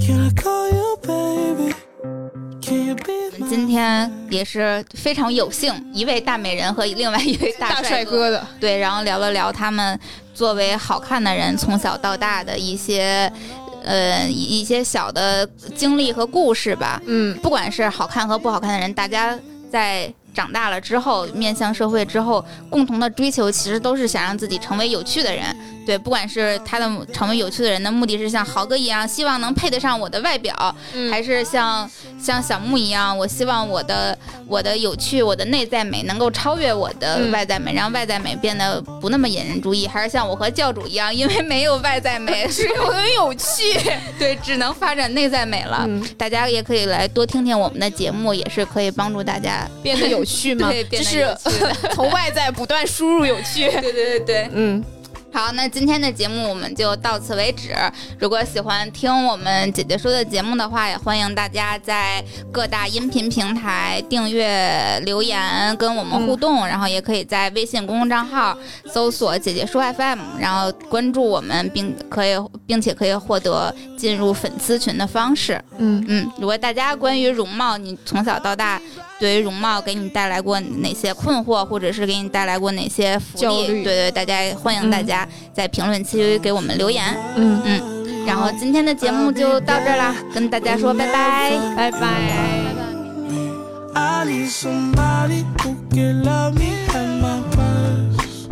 Can I call you baby? Can you be 我们今天也是非常有幸，一位大美人和另外一位大帅帅哥的，对，然后聊了聊他们作为好看的人从小到大的一些，呃，一一些小的经历和故事吧。嗯不管是好看和不好看的人，大家在长大了之后，面向社会之后，共同的追求其实都是想让自己成为有趣的人。对，不管是他的成为有趣的人的目的是像豪哥一样，希望能配得上我的外表，嗯还是像像小木一样，我希望我的我的有趣，我的内在美能够超越我的嗯外在美，让外在美变得不那么引人注意，还是像我和教主一样，因为没有外在 <laughs> 美，只有很有趣，对，只能发展内在美了。嗯，大家也可以来多听听我们的节目，也是可以帮助大家变得有趣吗？对变就得是有趣的。 <laughs> 从外在不断输入有趣。对对对对，嗯，好，那今天的节目我们就到此为止。如果喜欢听我们姐姐说的节目的话，也欢迎大家在各大音频平台订阅、留言跟我们互动，然后也可以在微信公众账号搜索“姐姐说 FM”，然后关注我们，并可以并且可以获得进入粉丝群的方式。嗯，嗯，如果大家关于容貌，你从小到大对于容貌给你带来过哪些困惑，或者是给你带来过哪些福焦利？对虑对，大家欢迎大家在评论区给我们留言。嗯嗯，然后今天的节目就到这儿啦，跟大家说拜拜。拜拜。 I need somebody who can love me at my worst.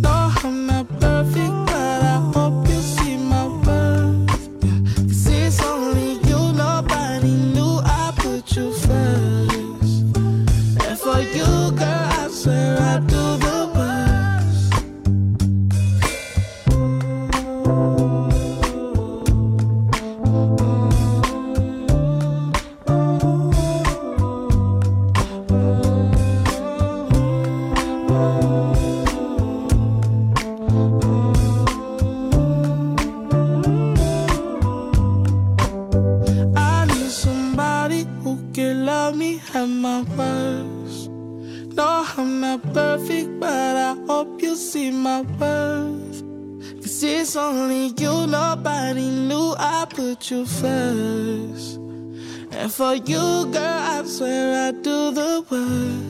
No, I'm not perfect, but I hope you see my worth. Yeah. Cause it's only you, nobody knew I put you first. And for you, girl, I swear I do the best. I need somebody who can love me at my worst. No, I'm not perfect, but I hope you see my worth. Cause it's only you, nobody knew I put you first. And for you, girl, I swear I do the worst.